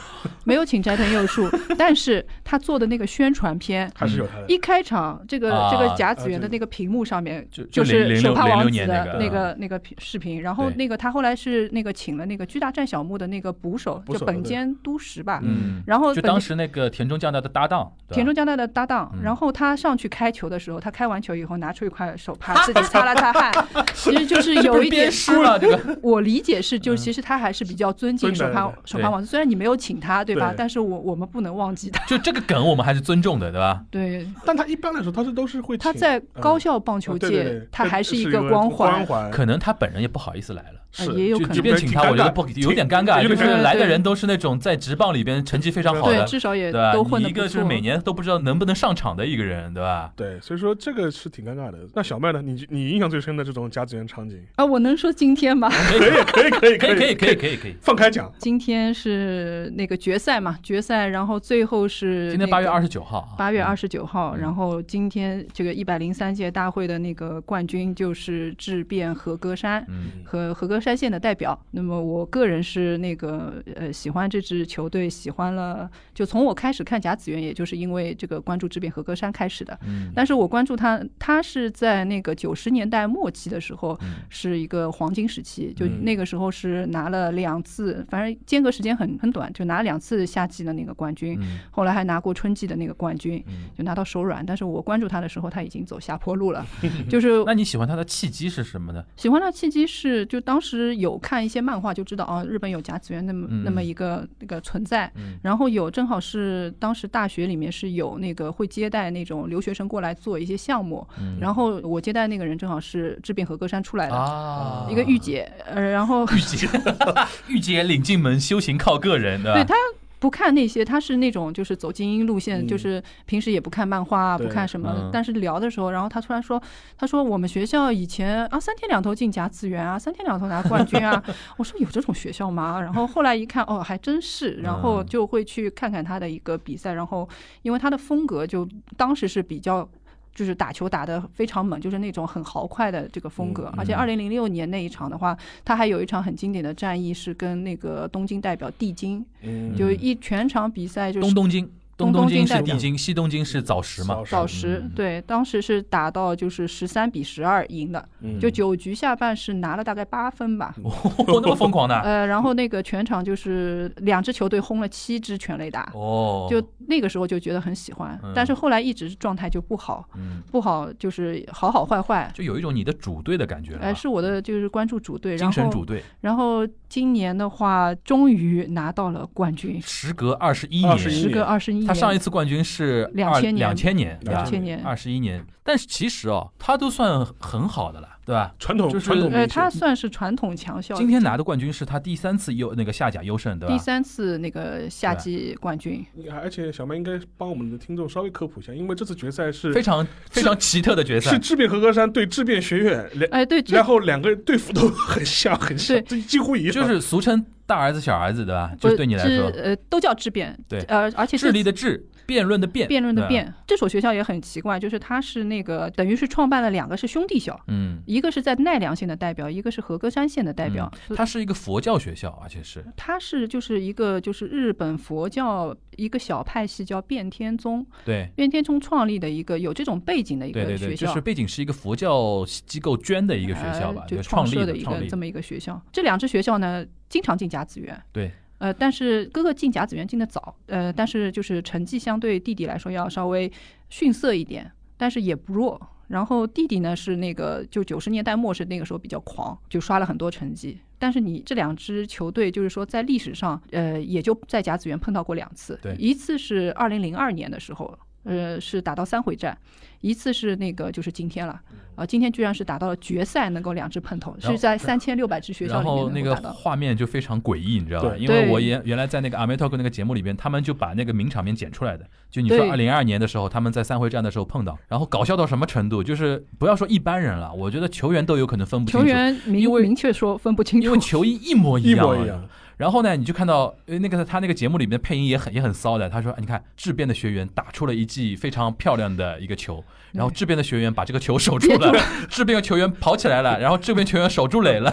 Speaker 4: 没有请斋藤佑
Speaker 2: *laughs*
Speaker 4: 树，但是他做的那个宣传片。
Speaker 3: 还是有他的。
Speaker 4: 一开场，这个、
Speaker 2: 啊
Speaker 4: 这个甲子
Speaker 3: 啊
Speaker 4: 园的
Speaker 3: 这
Speaker 4: 那个屏幕上面
Speaker 2: 就就
Speaker 4: 就是
Speaker 2: 零
Speaker 4: 手
Speaker 2: 六
Speaker 4: 帕
Speaker 2: 零
Speaker 4: 王
Speaker 2: 六
Speaker 4: 子
Speaker 2: 年
Speaker 4: 的
Speaker 2: 个
Speaker 4: 那
Speaker 2: 那
Speaker 4: 个那个屏视频，然后
Speaker 2: 对
Speaker 4: 那个他后来是那个请了那个巨大战小木的那个捕手，
Speaker 3: 捕
Speaker 4: 就
Speaker 3: 手
Speaker 4: 本
Speaker 3: 对
Speaker 4: 间都实吧，
Speaker 2: 嗯，
Speaker 4: 然后
Speaker 2: 就
Speaker 4: 本
Speaker 2: 当
Speaker 4: 间
Speaker 2: 时那个田中将大的搭档，对吧
Speaker 4: 田中将大的搭档，
Speaker 2: 嗯
Speaker 4: 然后他上去开球的时候，他开完球以后拿出一块手帕自己擦了擦汗，其实就是
Speaker 2: 这不
Speaker 4: 有
Speaker 2: 是
Speaker 4: 一点
Speaker 2: 鞭尸了，嗯这个
Speaker 4: 我理解是，就是其实他还是比较尊敬
Speaker 3: 嗯
Speaker 4: 手帕
Speaker 3: 尊重
Speaker 4: 手帕王子，虽然你没有请他，对吧？
Speaker 3: 对
Speaker 4: 但是我我们不能忘记他。
Speaker 2: 就这个梗我们还是尊重的，对哦吧？
Speaker 4: 对，
Speaker 3: 但他一般来说他是都是会
Speaker 4: 他
Speaker 3: 请
Speaker 4: 在
Speaker 3: 嗯
Speaker 4: 高校棒球
Speaker 3: 啊对对对
Speaker 4: 界，他还是
Speaker 3: 是
Speaker 4: 一
Speaker 3: 有
Speaker 4: 个光
Speaker 3: 环，
Speaker 4: 环，啊
Speaker 3: 环
Speaker 2: 可能他本人也不好意思来了。
Speaker 3: 是
Speaker 4: 也有
Speaker 2: 就
Speaker 4: 可
Speaker 2: 即
Speaker 4: 能。
Speaker 2: 便请他，
Speaker 3: 挺尴尬
Speaker 2: 我觉得不有点尴尬，
Speaker 3: 挺
Speaker 2: 就
Speaker 3: 有
Speaker 2: 是
Speaker 3: 点尴尬
Speaker 2: 来的人都是那种在职棒里边成绩非常好
Speaker 4: 对，
Speaker 2: 的，
Speaker 4: 至少也
Speaker 2: 对吧？
Speaker 4: 都混
Speaker 2: 你
Speaker 4: 的
Speaker 2: 一
Speaker 4: 不
Speaker 2: 个是
Speaker 4: 错。
Speaker 2: 每年都不知道能不能上场的一个人，对吧？
Speaker 3: 对，所以说这个是挺尴尬的。那小麦呢？你你印象最深的这种甲子园场景？ *laughs*
Speaker 4: 啊，我能说今天吗？
Speaker 2: 可以，
Speaker 3: *laughs* 可以可以
Speaker 2: 可以，可以，
Speaker 3: 以
Speaker 2: 可以，可以，可以。
Speaker 3: 放开讲，
Speaker 4: 今天是那个决赛嘛，决赛，然后最后是
Speaker 2: 今天八月二
Speaker 4: 十。
Speaker 2: 十九号啊，
Speaker 4: 八月二
Speaker 2: 十，
Speaker 4: 十九号，
Speaker 2: 嗯
Speaker 4: 然后今天这个一百零三届大会的那个冠军就是质变和歌山，
Speaker 2: 嗯，
Speaker 4: 和和歌山县的代表。那么我个人是那个呃喜欢这支球队，喜欢了就从我开始看甲子园，也就是因为这个关注这边和歌山开始的。
Speaker 2: 嗯
Speaker 4: 但是我关注他，他是在那个九十年代末期的时候，
Speaker 2: 嗯
Speaker 4: 是一个黄金时期，就
Speaker 2: 嗯
Speaker 4: 那个时候是拿了两次，反正间隔时间很很短，就拿了两次夏季的那个冠军，
Speaker 2: 嗯
Speaker 4: 后来还拿过春季的那个冠军，
Speaker 2: 嗯。
Speaker 4: 就拿到手软。但是我关注他的时候，他已经走下坡路
Speaker 2: *laughs*
Speaker 4: 了，就是
Speaker 2: 那你喜欢他的契机是什么呢？
Speaker 4: 喜欢的契机是，就当时有看一些漫画就知道啊，日本有甲子园那么
Speaker 2: 嗯
Speaker 4: 那么一个那个存在
Speaker 2: 嗯，
Speaker 4: 然后有正好是当时大学里面是有那个会接待那种留学生过来做一些项目，
Speaker 2: 嗯
Speaker 4: 然后我接待那个人正好是治病和歌山出来的
Speaker 2: 啊，
Speaker 4: 哎一
Speaker 2: *laughs*
Speaker 4: 个御姐，呃，然后
Speaker 2: 御姐， *laughs* 御姐领进门，修行靠个人，对吧？
Speaker 4: 对他不看那些，他是那种就是走精英路线，
Speaker 3: 嗯
Speaker 4: 就是平时也不看漫画啊，
Speaker 3: 对
Speaker 4: 不看什么。
Speaker 2: 嗯
Speaker 4: 但是聊的时候，然后他突然说：“他说我们学校以前啊三天两头进甲子园啊，三天两头拿冠军啊。” *laughs* 我说有这种学校吗？然后后来一看，哦，还真
Speaker 2: 嗯
Speaker 4: 是。然后就会去看看他的一个比赛，然后因为他的风格就当时是比较。就是打球打得非常猛，就是那种很豪快的这个风格，
Speaker 2: 嗯
Speaker 4: 而且
Speaker 2: 嗯
Speaker 4: 二零零六年那一场的话，他还有一场很经典的战役是跟那个东京代表帝京
Speaker 3: 嗯
Speaker 4: 就一全场比赛就是
Speaker 2: 东东京，东
Speaker 4: 东
Speaker 2: 京
Speaker 4: 京
Speaker 2: 是
Speaker 4: 代
Speaker 2: 地
Speaker 4: 表
Speaker 2: 京，西东京是早石嘛。
Speaker 4: 早时
Speaker 2: 嗯
Speaker 4: 对，当时是打到就是十三比十二赢的，
Speaker 3: 嗯
Speaker 4: 就九局下半是拿了大概八分吧，
Speaker 2: *laughs* 哦，那么疯狂
Speaker 4: *laughs*
Speaker 2: 的
Speaker 4: 呃，然后那个全场就是两支球队轰了七支全垒打，
Speaker 2: 哦，
Speaker 4: 就那个时候就觉得很喜欢，但是后来一直状态就不好，
Speaker 2: 嗯，
Speaker 4: 不好就是好好坏坏，
Speaker 2: 就有一种你的主队的感觉了吧，
Speaker 4: 呃，是我的就是关注主队，然
Speaker 2: 啊精神主
Speaker 4: 后
Speaker 2: 队，
Speaker 4: 然后今年的话终于拿到了冠军，
Speaker 2: 时隔二十一
Speaker 3: 21
Speaker 2: 年，
Speaker 4: 时隔二十一
Speaker 2: 他上一
Speaker 4: 年，
Speaker 2: 次冠军是
Speaker 4: 2000年
Speaker 2: 两千年，对吧
Speaker 4: 两千年，
Speaker 2: 二十一年，但是其实哦，他都算很好的了，对吧？
Speaker 3: 传统
Speaker 2: 就是
Speaker 3: 传统
Speaker 4: 呃，
Speaker 3: 民
Speaker 4: 他
Speaker 3: 俗
Speaker 4: 算是传统强校，
Speaker 2: 今天拿的冠军是他第三次优那个下甲优胜，对吧
Speaker 4: 第？三次那个夏
Speaker 2: 对
Speaker 4: 季冠军，
Speaker 3: 而且小麦应该帮我们的听众稍微科普一下，因为这次决赛是
Speaker 2: 非常非常奇特的决
Speaker 3: 是
Speaker 2: 赛，呃
Speaker 3: 质变和歌山对质变学院，两
Speaker 4: 哎，对，这
Speaker 3: 然后两个人队服都很像，很像，这几乎一样。
Speaker 2: 就是俗称大儿子小儿子，对吧？
Speaker 4: 不
Speaker 2: 就是对你来
Speaker 4: 这
Speaker 2: 说，
Speaker 4: 呃，都叫质变，
Speaker 2: 对
Speaker 4: 呃，而且这
Speaker 2: 智力的智，辩论的辩，
Speaker 4: 辩论的
Speaker 2: 对吧，啊
Speaker 4: 辩。这所学校也很奇怪，就是它是那个等于是创办了两个是兄弟校，
Speaker 2: 嗯，
Speaker 4: 一个是在奈良县的代表，一个是和歌山县的代表。所以
Speaker 2: 它是一个佛教学校，而且是
Speaker 4: 它是就是一个就是日本佛教一个小派系叫变天宗，
Speaker 2: 对。
Speaker 4: 变天宗创立的一个有这种背景的一
Speaker 2: 对
Speaker 4: 个
Speaker 2: 对对，
Speaker 4: 学
Speaker 2: 就
Speaker 4: 校
Speaker 2: 是。背景是一个佛教机构捐的一个学校吧，
Speaker 4: 呃、
Speaker 2: 就
Speaker 4: 就
Speaker 2: 创立
Speaker 4: 设的一
Speaker 2: 创
Speaker 4: 个
Speaker 2: 立
Speaker 4: 这
Speaker 2: 的，
Speaker 4: 么一个学校。这两支学校呢，经常进甲子园。
Speaker 2: 对。
Speaker 4: 呃，但是哥哥进甲子园进的早，呃，但是就是成绩相对弟弟来说要稍微逊色一点，但是也不弱。然后弟弟呢是那个就九十年代末是那个时候比较狂，就刷了很多成绩。但是你这两支球队就是说在历史上，呃，也就在甲子园碰到过两次，
Speaker 2: 对
Speaker 4: 一次是二零零二年的时候，呃，是打到三回战，一次是那个就是今天了，呃，今天居然是打到了决赛，能够两支碰头，
Speaker 2: 嗯然后
Speaker 4: 是在三千六百支学校
Speaker 2: 然
Speaker 4: 里面
Speaker 2: 后那
Speaker 4: 能
Speaker 2: 个
Speaker 4: 够打到。
Speaker 2: 画面就非常诡异，你知道吧？
Speaker 3: 对
Speaker 2: 因为
Speaker 4: 对
Speaker 2: 我原原来在那个《阿 m e Talk》那个节目里边，他们就把那个名场面剪出来的。就你说
Speaker 4: 对
Speaker 2: 二零二年的时候，他们在三会战的时候碰到，然后搞笑到什么程度？就是不要说一般人了，我觉得球员都有可能分不清
Speaker 4: 球
Speaker 2: 楚，
Speaker 4: 员明
Speaker 2: 因为
Speaker 4: 明确说分不清
Speaker 2: 因
Speaker 4: 楚
Speaker 2: 为，球衣一模
Speaker 3: 一
Speaker 2: 样，啊
Speaker 3: 模一样。啊
Speaker 2: 然后呢，你就看到呃那个他那个节目里面的配音也很也很骚的，他说：“啊你看质变的学员打出了一记非常漂亮的一个球，然
Speaker 4: 嗯
Speaker 2: 后质变的学员把这个球守住了， *laughs* 质变球员跑起来了，然后质变球员守住垒
Speaker 3: *laughs*
Speaker 2: 了，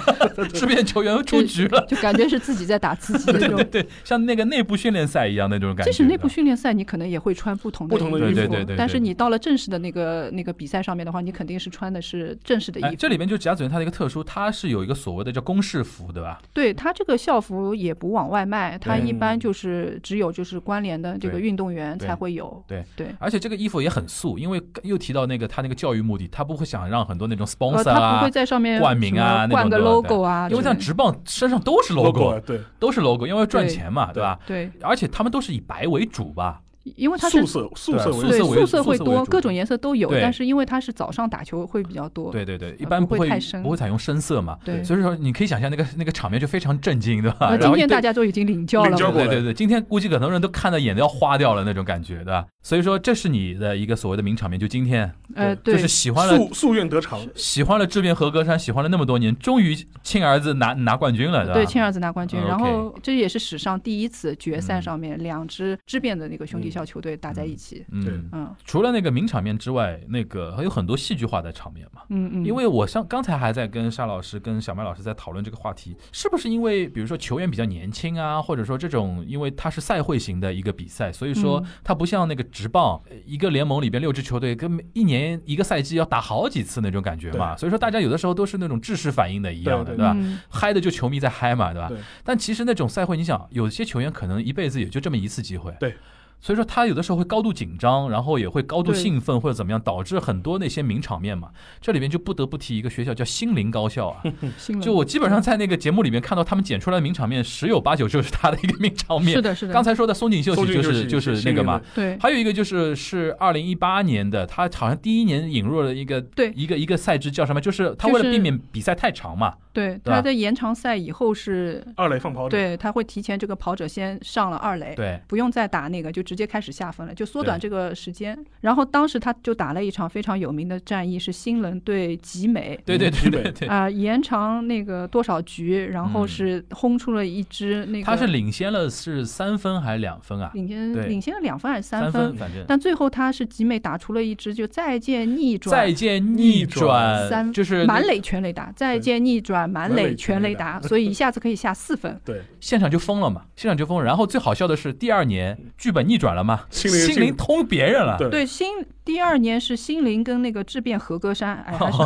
Speaker 2: 质变球员出局了。”
Speaker 4: *laughs* 就感觉是自己在打自己的 *laughs* 那种。
Speaker 2: *laughs* 对，像那个内部训练赛一样那种感觉。
Speaker 4: 即使内部训练赛，你可能也会穿不同的
Speaker 3: 不同的
Speaker 4: 衣服，
Speaker 3: 衣服对
Speaker 2: 对对对
Speaker 4: 但是
Speaker 2: 对
Speaker 4: 你到了正式的那个那个比赛上面的话，你肯定是穿的是正式的衣服。
Speaker 2: 哎，这里面就甲子园它的一个特殊，它是有一个所谓的叫公式服，对吧？
Speaker 4: 对他这个校服也不往外卖，他
Speaker 3: 对
Speaker 4: 一般就是只有就是关联的这个
Speaker 2: 对
Speaker 4: 运动员
Speaker 2: 对
Speaker 4: 才会有。
Speaker 2: 对
Speaker 4: 对，
Speaker 2: 而且这个衣服也很素，因为又提到那个他那个教育目的，他不会想让很多那种
Speaker 4: 呃，
Speaker 2: sponsor
Speaker 4: 他不
Speaker 2: 啊
Speaker 4: 会，在上面
Speaker 2: 冠名啊那
Speaker 4: 什么
Speaker 2: 种
Speaker 4: 冠个
Speaker 2: 的
Speaker 4: logo 啊，
Speaker 2: 因为像
Speaker 4: 之
Speaker 2: 职棒身上都是 logo，
Speaker 3: 对，
Speaker 2: 都是 logo，因为要赚钱嘛，对吧？
Speaker 4: 类的
Speaker 2: 而且他们都是以白为主吧？
Speaker 4: 对，因为他是
Speaker 3: 素色素色
Speaker 2: 哦对
Speaker 3: 为
Speaker 2: 素
Speaker 4: 对
Speaker 2: 色为
Speaker 4: 素色会
Speaker 2: 素色为
Speaker 4: 多，
Speaker 2: 主
Speaker 4: 各种颜色都有，
Speaker 2: 对
Speaker 4: 但是因为他是早上打球会比较多。
Speaker 2: 对对对，一
Speaker 4: 呃
Speaker 2: 般
Speaker 4: 不会
Speaker 2: 会
Speaker 4: 太深
Speaker 2: 不会采用深色嘛。
Speaker 4: 对
Speaker 2: 所以说你可以想象那个那个场面就非常震惊，对吧？
Speaker 4: 那
Speaker 2: 啊然
Speaker 4: 今
Speaker 2: 后一
Speaker 4: 天
Speaker 2: 堆
Speaker 4: 大家都已经领教了
Speaker 3: 领教
Speaker 4: 嘛，
Speaker 3: 过
Speaker 2: 对
Speaker 3: 来
Speaker 2: 对对，今天估计很多人都看的眼都要花掉了那种感觉，对吧？所以说这是你的一个所谓的名场面，就今天
Speaker 4: 呃，对，
Speaker 2: 就是喜欢了
Speaker 3: 夙夙愿得偿。
Speaker 2: 喜欢了志变和歌山，喜欢了那么多年，终于亲儿子拿拿冠军了，吧？
Speaker 4: 对，亲儿子拿冠军，
Speaker 2: 嗯
Speaker 4: 然
Speaker 2: 啊 OK
Speaker 4: 后这也是史上第一次决赛
Speaker 2: 嗯
Speaker 4: 上面两支质变的那个兄弟校球队打在一起。
Speaker 3: 对
Speaker 2: 嗯，
Speaker 4: 嗯
Speaker 2: 除了那个名场面之外，那个还有很多戏剧化的场面嘛。
Speaker 4: 嗯嗯，
Speaker 2: 因为我像刚才还在跟沙老师、跟小麦老师在讨论这个话题，是不是因为比如说球员比较年轻啊，或者说这种因为它是赛会型的一个比赛，所以说
Speaker 4: 嗯
Speaker 2: 它不像那个职棒，呃一个联盟里边六支球队跟一年一个赛季要打好几次那种感觉嘛，
Speaker 3: 对
Speaker 2: 所以说大家有的时候都是那种制式反应的一样的，
Speaker 3: 对
Speaker 2: 对吧？
Speaker 4: 嗯
Speaker 2: 嗨的就球迷在嗨嘛，对吧？
Speaker 3: 对
Speaker 2: 但其实那种赛会，你想，有些球员可能一辈子也就这么一次机会。
Speaker 3: 对。
Speaker 2: 所以说他有的时候会高度紧张，然后也会高度
Speaker 4: 对
Speaker 2: 兴奋或者怎么样，导致很多那些名场面嘛。这里边就不得不提一个学校叫心灵高校啊，
Speaker 4: 新
Speaker 2: 就我基本上在那个节目里面看到他们剪出来的名场面，十有八九就是他的一个名场
Speaker 4: 是
Speaker 2: 面。
Speaker 4: 的，是的，
Speaker 2: 刚才说的松井秀
Speaker 3: 松
Speaker 2: 喜
Speaker 3: 井
Speaker 2: 就
Speaker 3: 秀
Speaker 2: 是
Speaker 3: 喜
Speaker 2: 就是那个嘛，，
Speaker 4: 对
Speaker 2: 还有一个就是是二零一八年的，他好像第一年引入了一个
Speaker 4: 对
Speaker 2: 一个一个赛制叫什么？就是他为
Speaker 4: 就
Speaker 2: 了避
Speaker 4: 是
Speaker 2: 免比赛太长嘛，
Speaker 4: 对，
Speaker 2: 吧
Speaker 4: 他在延长赛以后是，
Speaker 3: 二垒放跑者，
Speaker 4: 对他会提前这个跑者先上了二垒。
Speaker 2: 对，
Speaker 4: 不用再打那个，就直接开始下分了，就缩短
Speaker 2: 对
Speaker 4: 这个时间。然后当时他就打了一场非常有名的战役，是新人对集美，
Speaker 2: 对对对
Speaker 3: 嗯
Speaker 2: 对对，
Speaker 4: 啊、延长那个多少局，然后
Speaker 2: 嗯
Speaker 4: 是轰出了一支那个，
Speaker 2: 他是领先了是三分还是两分啊？
Speaker 4: 领先
Speaker 2: 对
Speaker 4: 领先了两分还是
Speaker 2: 三
Speaker 4: 三分？
Speaker 2: 反正。
Speaker 4: 但最后他是集美打出了一支就再见逆转
Speaker 2: 再，见逆转，
Speaker 4: 三
Speaker 2: 就是
Speaker 4: 满垒全垒打，再见逆转满
Speaker 3: 满
Speaker 4: 垒
Speaker 3: 垒
Speaker 4: 全
Speaker 3: 全
Speaker 4: 垒
Speaker 3: 垒。
Speaker 4: 打，所以一下子可以下四分
Speaker 3: 对
Speaker 2: 现场就疯了嘛，现场就疯了。然后最好笑的是，第二年剧本逆逆转了吗？
Speaker 3: 心灵
Speaker 2: 心灵通别人了，
Speaker 3: 对
Speaker 4: 对，新第二年是新林跟那个质变和歌山，
Speaker 2: *laughs*
Speaker 4: 哎，还是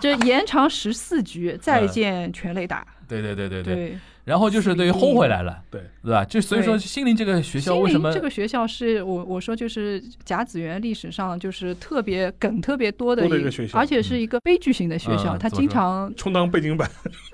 Speaker 4: 这延长十四局再见全垒打，
Speaker 2: 对对嗯对对对。
Speaker 4: 对。
Speaker 2: 然后就是等于轰回来了，
Speaker 3: 对
Speaker 2: 对吧？就所以说，
Speaker 4: 对
Speaker 2: 心灵这个学校
Speaker 4: 新
Speaker 2: 为什
Speaker 4: 林
Speaker 2: 么
Speaker 4: 这个学校是我我说就是甲子园历史上就是特别梗特别多的
Speaker 3: 多的一个学校嗯
Speaker 4: 而且是一个悲剧型的学校，
Speaker 2: 嗯
Speaker 4: 它
Speaker 2: 怎么
Speaker 4: 经
Speaker 2: 说
Speaker 3: *laughs*
Speaker 4: 常
Speaker 3: 充当背景板，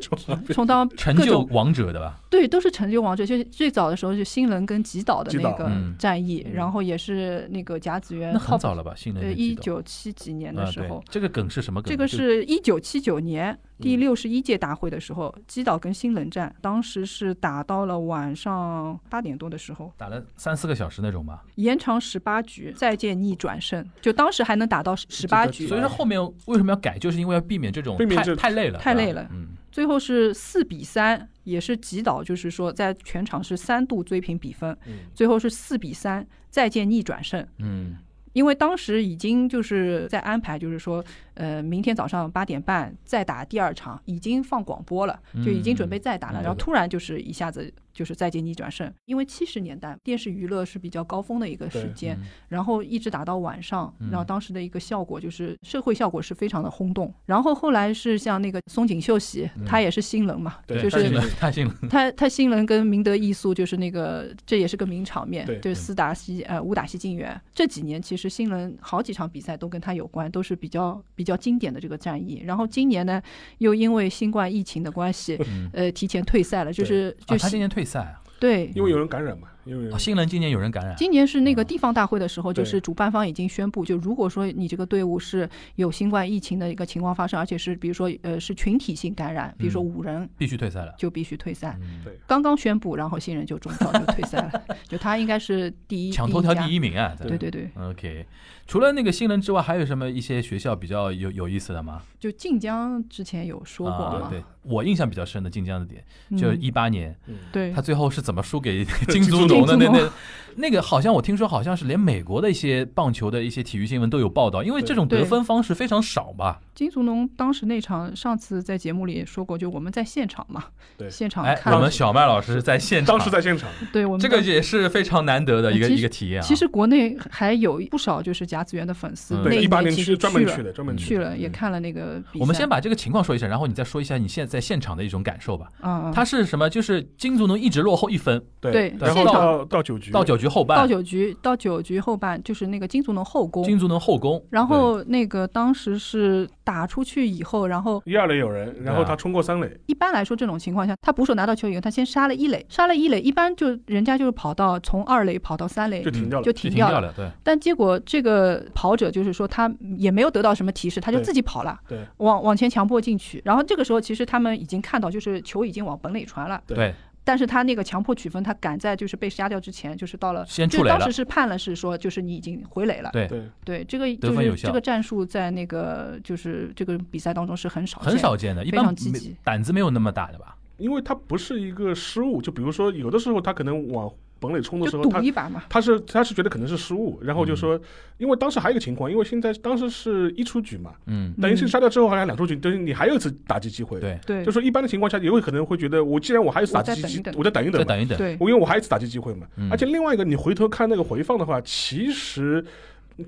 Speaker 3: 充当背
Speaker 4: 充当
Speaker 2: 成
Speaker 4: 各
Speaker 2: 就
Speaker 4: 种
Speaker 2: 王者的吧？
Speaker 4: 对，都是成就王者。就是最早的时候，就新人跟吉岛的
Speaker 3: 吉
Speaker 4: 那
Speaker 3: 岛
Speaker 4: 个
Speaker 2: 嗯
Speaker 4: 战役，
Speaker 3: 嗯
Speaker 4: 然后也是那个甲子园
Speaker 2: 那很
Speaker 4: top，
Speaker 2: 早了吧？心灵
Speaker 4: 呃，
Speaker 2: 跟
Speaker 4: 一
Speaker 2: 激动
Speaker 4: 九七几年的
Speaker 2: 啊，
Speaker 4: 时
Speaker 2: 对
Speaker 4: 候，，
Speaker 2: 这个梗是什么梗？
Speaker 4: 这个
Speaker 2: 就是
Speaker 4: 一九七九年第
Speaker 3: 嗯
Speaker 4: 六十一届大会的时候，吉岛跟新人战，当时是打到了晚上八点多的时候，
Speaker 2: 打了三四个小时那种吧。
Speaker 4: 延长十八局，再见逆转胜，就当时还能打到十八
Speaker 3: 对
Speaker 4: 局
Speaker 2: 所，以说后面为什么要改，就是因为要避免这种
Speaker 3: 避免
Speaker 2: 太
Speaker 3: 这
Speaker 2: 太累了，
Speaker 4: 太
Speaker 2: 是吧
Speaker 4: 累了
Speaker 2: 嗯，
Speaker 4: 最后是四比三，也是吉岛就是说在全场是三度追平比分，
Speaker 3: 嗯，
Speaker 4: 最后是四比三，再见逆转胜。
Speaker 2: 嗯，
Speaker 4: 因为当时已经就是在安排，就是说，呃，明天早上八点半再打第二场，已经放广播了，就已经准备再打了。
Speaker 2: 嗯
Speaker 4: 然后突然就是一下子就是再见逆转胜，因为七十年代电视娱乐是比较高峰的一个时间，
Speaker 2: 嗯
Speaker 4: 然后一直打到晚上
Speaker 2: 嗯，
Speaker 4: 然后当时的一个效果就是社会效果是非常的轰动。然后后来是像那个松井秀喜
Speaker 2: 嗯，
Speaker 4: 他也是新人嘛，
Speaker 3: 对
Speaker 2: 对
Speaker 4: 就
Speaker 2: 太
Speaker 4: 是
Speaker 2: 信了，太信
Speaker 4: *laughs*
Speaker 2: 了，
Speaker 4: 他他新人跟明德艺术就是那个，这也是个名场面
Speaker 3: 对，
Speaker 2: 嗯
Speaker 4: 就是四打西呃五打西进园。这几年其实新人好几场比赛都跟他有关，都是比较比较经典的这个战役。然后今年呢，又因为新冠疫情的关系，
Speaker 2: 嗯，
Speaker 4: 呃，提前退赛了，就是
Speaker 2: 啊
Speaker 4: 就
Speaker 2: 他
Speaker 4: 是
Speaker 2: 今年退赛啊，
Speaker 4: 对。
Speaker 3: 因为有人感染嘛，因为有人
Speaker 2: 啊新人今年有人感染，
Speaker 4: 今年是那个地方大会的时
Speaker 2: 嗯
Speaker 4: 候，
Speaker 3: 对
Speaker 4: 就是主办方已经宣布，就如果说你这个队伍是有新冠疫情的一个情况发生，而且是比如说呃是群体性感染，比如说
Speaker 2: 嗯
Speaker 4: 五人
Speaker 2: 必须退赛了。
Speaker 4: 就必须退赛。
Speaker 2: 嗯
Speaker 3: 对
Speaker 4: 刚刚宣布，然后新人就中招就退
Speaker 2: *laughs*
Speaker 4: 赛了，就他应该是第一
Speaker 2: 抢头条第
Speaker 4: 一
Speaker 2: 一名啊！
Speaker 4: 家，对对对，
Speaker 2: OK，除了那个新人之外，还有什么一些学校比较有有意思的吗？
Speaker 4: 就晋江之前有说过
Speaker 2: 啊
Speaker 4: 嘛，，
Speaker 2: 对我印象比较深的晋江的点，
Speaker 4: 嗯
Speaker 2: 就是一八年，
Speaker 3: 嗯
Speaker 4: 对
Speaker 2: 他，最后是怎么输
Speaker 4: *laughs*
Speaker 2: 给金
Speaker 3: 金
Speaker 2: 足
Speaker 3: 足
Speaker 2: 农的？
Speaker 4: 农
Speaker 2: 那那那个好像我听说，好像是连美国的一些棒球的一些体育新闻都有报道，因为
Speaker 3: 对
Speaker 2: 这种得
Speaker 4: 对
Speaker 2: 分方式非常少吧？
Speaker 4: 金足农当时那场，上次在节目里也说过，就我们在现场嘛，
Speaker 3: 对
Speaker 4: 现场
Speaker 2: 哎，我
Speaker 4: 看，
Speaker 2: 们小麦老师在现场，
Speaker 3: 当时在现场，
Speaker 4: 对我们
Speaker 2: 这个。也是非常难得的一个
Speaker 4: 呃其
Speaker 2: 一
Speaker 4: 实
Speaker 2: 个体验啊。
Speaker 4: 其实国内还有不少就是甲子园的粉丝
Speaker 2: 嗯，
Speaker 4: 那
Speaker 3: 对，一八
Speaker 4: 年
Speaker 3: 年其
Speaker 4: 其实
Speaker 3: 实专门
Speaker 4: 了
Speaker 3: 去的，专门
Speaker 4: 去
Speaker 3: 去的
Speaker 4: 了也看了那个比赛。
Speaker 2: 我们先把这个情况说一下，然后你再说一下你现在在现场的一种感受吧。
Speaker 4: 啊，
Speaker 2: 他是什么？就是金足农一直落后一分，
Speaker 4: 对
Speaker 3: 然后
Speaker 2: 现场
Speaker 3: 到到九局，
Speaker 2: 到九局后
Speaker 4: 到
Speaker 2: 半，
Speaker 4: 九局到九局后半就是那个金足农后攻，
Speaker 2: 金足农后攻，
Speaker 4: 然后那个当时是打出去以后，然后
Speaker 3: 一二垒有人，然后他冲过三垒，
Speaker 4: 一般来说，这种情况下，他捕手拿到球以后，他先杀了一垒，杀了一垒，一般就人家就是跑到从二垒跑到三垒
Speaker 3: 就停掉了
Speaker 4: 就，
Speaker 2: 对就
Speaker 4: 停
Speaker 2: 停
Speaker 4: 掉
Speaker 2: 掉
Speaker 4: 了。
Speaker 2: 了，对，
Speaker 4: 但结果这个跑者就是说他也没有得到什么提示，他就
Speaker 3: 对
Speaker 4: 自己跑了，
Speaker 3: 对
Speaker 4: 往往前强迫进去。然后这个时候其实他们已经看到，就是球已经往本垒传了，
Speaker 3: 对
Speaker 2: 对，
Speaker 4: 但是他那个强迫取分，他赶在就是被杀掉之前，就是到了。
Speaker 2: 先
Speaker 4: 就
Speaker 2: 出
Speaker 4: 是
Speaker 2: 来
Speaker 4: 当
Speaker 2: 了
Speaker 4: 时，是判了，是说就是你已经回垒了。
Speaker 2: 对，
Speaker 3: 对，
Speaker 4: 啊对，这个
Speaker 2: 得
Speaker 4: 就
Speaker 2: 分有
Speaker 4: 是
Speaker 2: 效
Speaker 4: 这个战术在那个就是这个比赛当中是很少
Speaker 2: 很
Speaker 4: 见
Speaker 2: 少见的，一
Speaker 4: 非
Speaker 2: 般
Speaker 4: 常积
Speaker 2: 没
Speaker 4: 极
Speaker 2: 胆子没有那么大的吧？
Speaker 3: 因为他不是一个失误，就比如说有的时候他可能往本垒冲的
Speaker 4: 就
Speaker 3: 时候，
Speaker 4: 赌
Speaker 3: 他
Speaker 4: 一把嘛。
Speaker 3: 他是他是觉得可能是失误，然后就说，因为当时还有一个情况，因为现在当时是一出局嘛，
Speaker 2: 嗯，
Speaker 3: 等于是
Speaker 4: 嗯
Speaker 3: 杀掉之后好像两出局，等于你还有一次打击机会，，
Speaker 2: 对，
Speaker 4: 对
Speaker 3: 就，说一般的情况下也会可能会觉得，我既然我还有一次打击
Speaker 4: 我再等
Speaker 3: 机
Speaker 4: 一，等
Speaker 3: 我再等一
Speaker 2: 再
Speaker 3: 等嘛，
Speaker 2: 等一等，
Speaker 4: 对，
Speaker 3: 我因为我还有一次打击机会嘛
Speaker 2: 嗯，
Speaker 3: 而且另外一个你回头看那个回放的话，其实。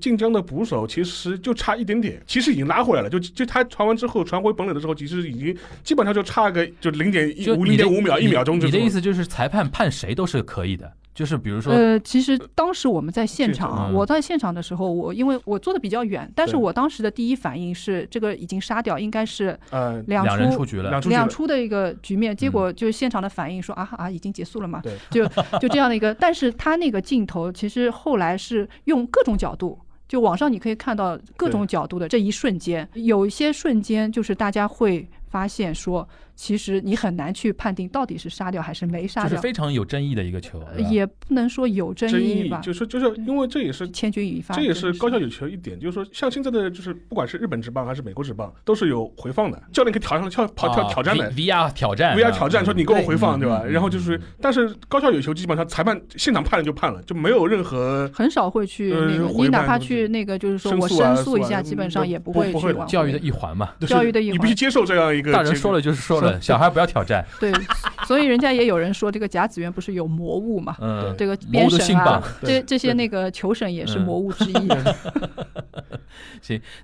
Speaker 3: 晋江的捕手其实就差一点点，其实已经拉回来了。就就他传完之后，传回本垒的时候，其实已经基本上就差个就零点一
Speaker 2: 就
Speaker 3: 五、
Speaker 2: 你
Speaker 3: 零
Speaker 2: 的
Speaker 3: 点五秒、一
Speaker 2: 你
Speaker 3: 秒钟这
Speaker 2: 你的
Speaker 3: 种
Speaker 2: 意。思就是裁判判谁都是可以的，就是比如说，
Speaker 4: 呃，其实当时我们在现场啊，
Speaker 2: 现场
Speaker 4: 我在现场的时候，我因为我坐的比较远，但是
Speaker 3: 对
Speaker 4: 我当时的第一反应是，这个已经杀掉，应该是
Speaker 3: 呃，
Speaker 4: 两
Speaker 2: 两人出
Speaker 4: 出。
Speaker 2: 局了
Speaker 3: 两，出局
Speaker 4: 两
Speaker 3: 了嗯
Speaker 4: 出的一个局面，结果就是现场的反应说啊啊，已经结束了嘛
Speaker 3: 对，
Speaker 4: 就就这样的一个。但是他那个镜头其实后来是用各种角度，就网上你可以看到各种角度的这一瞬间，有一些瞬间就是大家会发现说，其实你很难去判定到底是杀掉还是没杀
Speaker 2: 就是
Speaker 4: 掉，
Speaker 2: 非常有争议的一个球，
Speaker 4: 呃
Speaker 2: 对吧
Speaker 4: 也不能说有争
Speaker 3: 争
Speaker 4: 议
Speaker 3: 议
Speaker 4: 吧，，
Speaker 3: 就是就是因为这也是
Speaker 4: 千钧一发。
Speaker 3: 这也
Speaker 4: 真的
Speaker 3: 是高校有球一点，就是说像现在的就是不管是日本职棒还是美国职棒，都是有回放的，教练可以挑上跳跑挑
Speaker 2: 啊
Speaker 3: 挑战的
Speaker 2: V- VR 挑战
Speaker 3: VR
Speaker 2: 啊
Speaker 3: 挑战，说你给我回放
Speaker 2: 嗯
Speaker 3: 对吧？
Speaker 2: 嗯
Speaker 3: 然后就是，但是高校有球基本上裁判现场判了就判了，就没有任何
Speaker 4: 很少会去
Speaker 3: 呃
Speaker 4: 那个，
Speaker 3: 回
Speaker 4: 你哪
Speaker 3: 办
Speaker 4: 怕
Speaker 3: 东
Speaker 4: 去
Speaker 3: 西
Speaker 4: 那个，就是说
Speaker 3: 申
Speaker 4: 我
Speaker 3: 诉啊
Speaker 4: 申诉一
Speaker 3: 诉啊
Speaker 4: 下，
Speaker 3: 嗯
Speaker 4: 基本上也不
Speaker 3: 不
Speaker 4: 会
Speaker 3: 不
Speaker 4: 去
Speaker 3: 会的
Speaker 4: 往
Speaker 2: 教
Speaker 4: 回
Speaker 2: 育的一环嘛。
Speaker 3: 就是
Speaker 4: 教育的一
Speaker 3: 你必须
Speaker 4: 环。
Speaker 3: 接受这样一个
Speaker 2: 大人
Speaker 3: 结果
Speaker 2: 说了就是说了，小孩不要挑战。
Speaker 4: 对，所以人家也有人说，这个甲子园不是有魔物嘛？
Speaker 2: 嗯，
Speaker 4: 这个
Speaker 2: 魔
Speaker 4: 边
Speaker 2: 物的
Speaker 4: 绳
Speaker 2: 性
Speaker 4: 啊
Speaker 2: 棒，。
Speaker 4: 这
Speaker 3: 对
Speaker 4: 这些
Speaker 3: 对
Speaker 4: 那个球绳也是
Speaker 2: 嗯
Speaker 4: 魔物之
Speaker 2: *laughs*
Speaker 4: 一。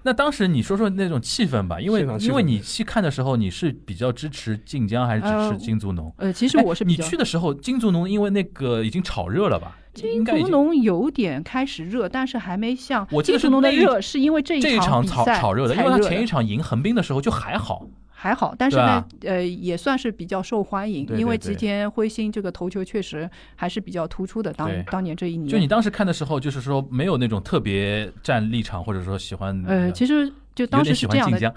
Speaker 2: 那当时你说说那种气氛吧，因为
Speaker 3: 现场气氛
Speaker 2: 因为你去看的时候，你是比较支持晋江还是支持
Speaker 4: 呃
Speaker 2: 金足农？
Speaker 4: 呃，其实
Speaker 2: 哎
Speaker 4: 我是比
Speaker 2: 你
Speaker 4: 较
Speaker 2: 去的时候，金足农因为那个已经炒热了吧？应
Speaker 4: 金
Speaker 2: 该已
Speaker 4: 足
Speaker 2: 经
Speaker 4: 农有点开始热，但是还没像
Speaker 2: 我记得
Speaker 4: 金
Speaker 2: 是
Speaker 4: 足农的
Speaker 2: 那一
Speaker 4: 热是因为这
Speaker 2: 这
Speaker 4: 一
Speaker 2: 场
Speaker 4: 比
Speaker 2: 炒
Speaker 4: 赛
Speaker 2: 炒热的，因
Speaker 4: 才
Speaker 2: 为他
Speaker 4: 热
Speaker 2: 前
Speaker 4: 的
Speaker 2: 一场赢横滨的时候就还好，
Speaker 4: 还好，但是
Speaker 2: 对
Speaker 4: 呢
Speaker 2: 啊，
Speaker 4: 呃，也算是比较受欢迎，
Speaker 2: 对对
Speaker 4: 因为
Speaker 2: 对
Speaker 4: 吉田辉星这个头球确实还是比较突出的。当
Speaker 2: 对
Speaker 4: 当年这一年，
Speaker 2: 就你当时看的时候，就是说没有那种特别站立场，或者说喜欢
Speaker 4: 呃，其实就
Speaker 2: 嗯有
Speaker 4: 当时
Speaker 2: 点
Speaker 4: 是
Speaker 2: 喜
Speaker 4: 这
Speaker 2: 欢
Speaker 4: 样
Speaker 2: 晋
Speaker 4: 的，
Speaker 2: 江，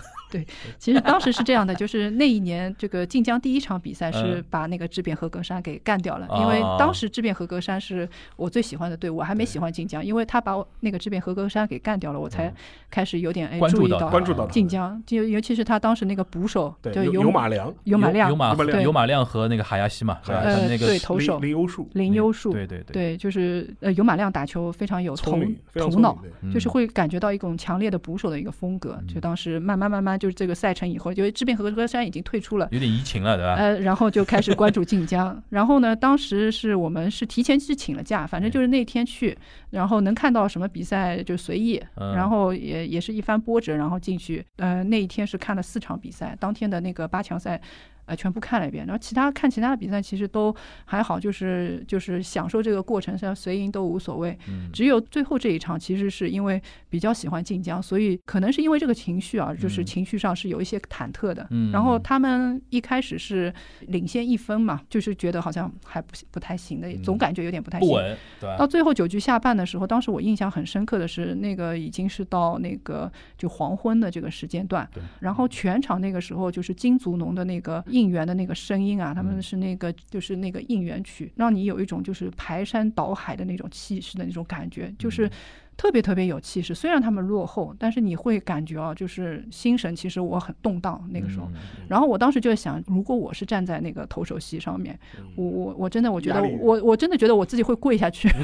Speaker 4: 其实当时是这样的，就是那一年这个晋江第一场比赛是
Speaker 2: 嗯
Speaker 4: 把那个志变和格山给干掉了，
Speaker 2: 哦
Speaker 4: 因为当时志变和格山是我最喜欢的队伍，我还没
Speaker 3: 对
Speaker 4: 喜欢晋江，因为他把我那个志变和格山给干掉了，我才
Speaker 2: 嗯
Speaker 4: 开始有点哎
Speaker 2: 关
Speaker 4: 注
Speaker 2: 注
Speaker 4: 意
Speaker 2: 到
Speaker 4: 到
Speaker 2: 他
Speaker 3: 关注到他
Speaker 4: 晋江，就尤其是他当时那个捕手，
Speaker 3: 对，
Speaker 4: 就
Speaker 3: 有
Speaker 4: 有
Speaker 3: 有马良、
Speaker 4: 有马亮
Speaker 2: 有，马
Speaker 3: 有马亮
Speaker 2: 有马亮和那个海牙西嘛，对吧？
Speaker 3: 海牙
Speaker 2: 他
Speaker 3: 西
Speaker 4: 呃，
Speaker 2: 那个嗯
Speaker 4: 对投手
Speaker 3: 林林欧树，
Speaker 4: 林优树，
Speaker 2: 对对对，
Speaker 4: 对，就是呃，有马亮打球非常有头
Speaker 3: 聪明，非常
Speaker 4: 头
Speaker 3: 聪
Speaker 4: 脑
Speaker 3: 明，，对
Speaker 2: 嗯
Speaker 4: 就是会感觉到一种强烈的捕手的一个风
Speaker 2: 嗯
Speaker 4: 格。就当时慢慢慢慢，就是这个赛程以后，就是志变和歌山已经退出了。
Speaker 2: 有点移情了，对吧？
Speaker 4: 呃，然后就开始关注晋江。 *laughs* 然后呢，当时是我们是提前是请了假，反正就是那天去，然后能看到什么比赛就随意，
Speaker 2: 嗯
Speaker 4: 然后也也是一番波折，然后进去。呃，那一天是看了四场比赛，当天的那个八强赛。呃，全部看了一遍，然后其他看其他的比赛其实都还好，就是就是享受这个过程，像随赢都无所谓。
Speaker 2: 嗯
Speaker 4: 只有最后这一场，其实是因为比较喜欢晋江，所以可能是因为这个情绪啊，就是
Speaker 2: 嗯
Speaker 4: 情绪上是有一些忐忑的。
Speaker 2: 嗯
Speaker 4: 然后他们一开始是领先一分嘛，就是觉得好像还不行不太行的，
Speaker 2: 嗯
Speaker 4: 总感觉有点不太
Speaker 2: 不
Speaker 4: 行。
Speaker 2: 稳，对吧
Speaker 4: 到？最后九局下半的时候，当时我印象很深刻的是，那个已经是到那个就黄昏的这个时间段
Speaker 2: 对，
Speaker 4: 然后全场那个时候就是金足农的那个应援的那个声音
Speaker 2: 嗯
Speaker 4: 啊，他们是那个就是那个应援曲，让你有一种就是排山倒海的那种气势的那种感觉，
Speaker 2: 嗯
Speaker 4: 就是。特别特别有气势，虽然他们落后，但是你会感觉啊，就是心神其实我很动荡那个时候。
Speaker 2: 嗯，
Speaker 4: 然后我当时就在想，如果我是站在那个投手席上面，我我我真的我觉
Speaker 3: 压
Speaker 4: 得
Speaker 3: 力
Speaker 4: 我我真的觉得我自己会跪下去。 *laughs*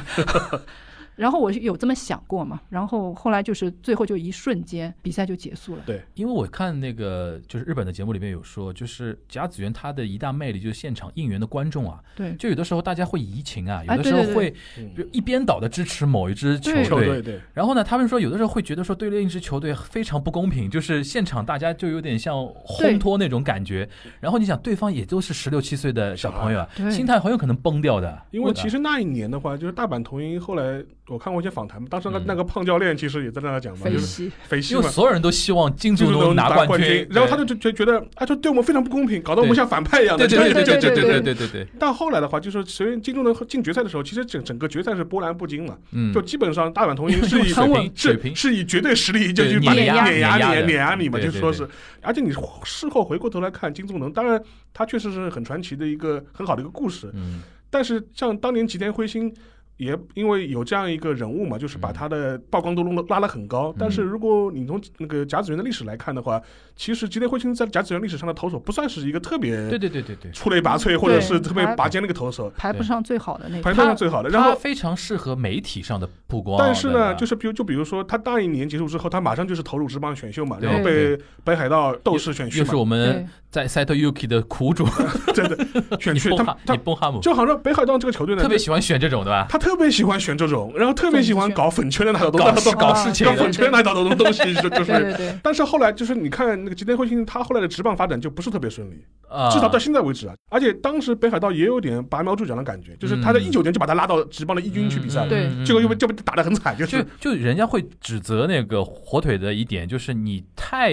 Speaker 4: 然后我是有这么想过嘛，然后后来就是最后就一瞬间比赛就结束了。
Speaker 2: 因为我看那个就是日本的节目里面有说，就是甲子园它的一大魅力就是现场应援的观众啊，
Speaker 4: 对，
Speaker 2: 就有的时候大家会移情啊，有
Speaker 4: 哎
Speaker 2: 的
Speaker 4: 对
Speaker 2: 时候
Speaker 4: 对对
Speaker 2: 会
Speaker 3: 嗯
Speaker 2: 比如一边倒的支持某一支球
Speaker 4: 对
Speaker 3: 球
Speaker 2: 队
Speaker 3: 队，对，
Speaker 2: 然后呢，他们说有的时候会觉得说对另一支球队非常不公平，就是现场大家就有点像烘托那种感觉。然后你想，对方也都是十六七岁的小朋友啊，
Speaker 4: 对
Speaker 2: 心态很有可能崩掉的。
Speaker 3: 因为其实那一年的话，就是大阪桐鹰，后来我看过一些访谈，当时那
Speaker 2: 嗯
Speaker 3: 个那个胖教练其实也在那讲嘛，
Speaker 4: 飞
Speaker 3: 就是
Speaker 4: 西，
Speaker 3: 肥西
Speaker 2: 因为
Speaker 3: 嘛。
Speaker 2: 所有人都希望金足
Speaker 3: 就是
Speaker 2: 龙
Speaker 3: 能
Speaker 2: 拿
Speaker 3: 冠
Speaker 2: 军，
Speaker 3: 然后他就就就觉得啊，就对我们非常不公平，搞得我们
Speaker 2: 对
Speaker 3: 像反派一样的。
Speaker 2: 对
Speaker 3: 就
Speaker 2: 对
Speaker 3: 是
Speaker 2: 对对对
Speaker 3: 就就
Speaker 2: 对
Speaker 3: 就
Speaker 2: 对对对，
Speaker 3: 但后来的话，就是随着进入了进决赛的时候，其实整整个决赛是波澜不惊嘛，
Speaker 2: 嗯
Speaker 3: 就，基本上大阪
Speaker 2: *laughs*
Speaker 3: 桐鹰是以
Speaker 2: 水平水
Speaker 3: 是
Speaker 2: 平
Speaker 3: 是以绝对实力就
Speaker 2: 对
Speaker 3: 去把
Speaker 2: 碾
Speaker 3: 碾
Speaker 2: 压
Speaker 3: 压碾压
Speaker 2: 碾压的
Speaker 3: 碾压你嘛，
Speaker 2: 对
Speaker 3: 就
Speaker 2: 对
Speaker 3: 是说
Speaker 2: 对
Speaker 3: 是，而且你事后回过头来看金钟能，当然他确实是很传奇的一个很好的一个故事，
Speaker 2: 嗯
Speaker 3: 但是像当年吉田辉星，也因为有这样一个人物嘛，就是
Speaker 2: 嗯
Speaker 3: 把他的曝光度弄得拉得很高。但是如果你从那个甲子园的历史来看的话，其实吉田辉星在甲子园历史上的投手不算是一个特
Speaker 2: 对
Speaker 3: 别
Speaker 2: 对对对对，
Speaker 3: 出类拔萃或者
Speaker 4: 对
Speaker 3: 是特别
Speaker 4: 他
Speaker 3: 拔尖的一个投手，
Speaker 4: 排不
Speaker 2: 对
Speaker 4: 上最好的那
Speaker 3: 排
Speaker 4: 个。
Speaker 3: 面上最好的。然
Speaker 2: 他
Speaker 3: 后。
Speaker 2: 非常适合媒体上的曝光。
Speaker 3: 但是呢，就是是比如就比如说，他那一年结束之后，他马上就是投入职棒选秀嘛，
Speaker 2: 对
Speaker 3: 然后
Speaker 2: 对
Speaker 3: 被北海道斗士选去
Speaker 2: 又是
Speaker 3: 嘛，
Speaker 2: 我们
Speaker 4: 对
Speaker 2: 在
Speaker 3: *laughs*
Speaker 2: 赛特 Yuki 的苦主，
Speaker 3: 真的选
Speaker 2: 你
Speaker 3: 去
Speaker 2: 崩
Speaker 3: 他
Speaker 2: 哈你
Speaker 3: 他
Speaker 2: 崩哈姆，
Speaker 3: 就好像北海道这个球队呢，
Speaker 2: 特别喜欢选这种对吧？
Speaker 3: 他特别喜欢选这种，然后特别喜欢搞粉圈的那种
Speaker 2: 搞
Speaker 3: 那种
Speaker 2: 搞事情
Speaker 3: 搞，粉圈那种东西，
Speaker 2: *laughs*
Speaker 3: 就就
Speaker 4: 对
Speaker 3: 是。
Speaker 4: 对对，
Speaker 3: 但是后来就是你看那个吉田辉星，他后来的职棒发展就不是特别顺利，
Speaker 2: 啊
Speaker 3: 至少到现在为止啊。而且当时北海道也有点拔苗助长的感觉，就是他在
Speaker 2: 嗯
Speaker 3: 一九年就把他拉到职棒的一军去比赛
Speaker 2: 嗯
Speaker 3: 了，
Speaker 4: 对
Speaker 2: 嗯嗯
Speaker 3: 结果又被
Speaker 2: 嗯
Speaker 3: 就被打得很惨，就
Speaker 2: 就是就人家会指责那个火腿的一点，就是你太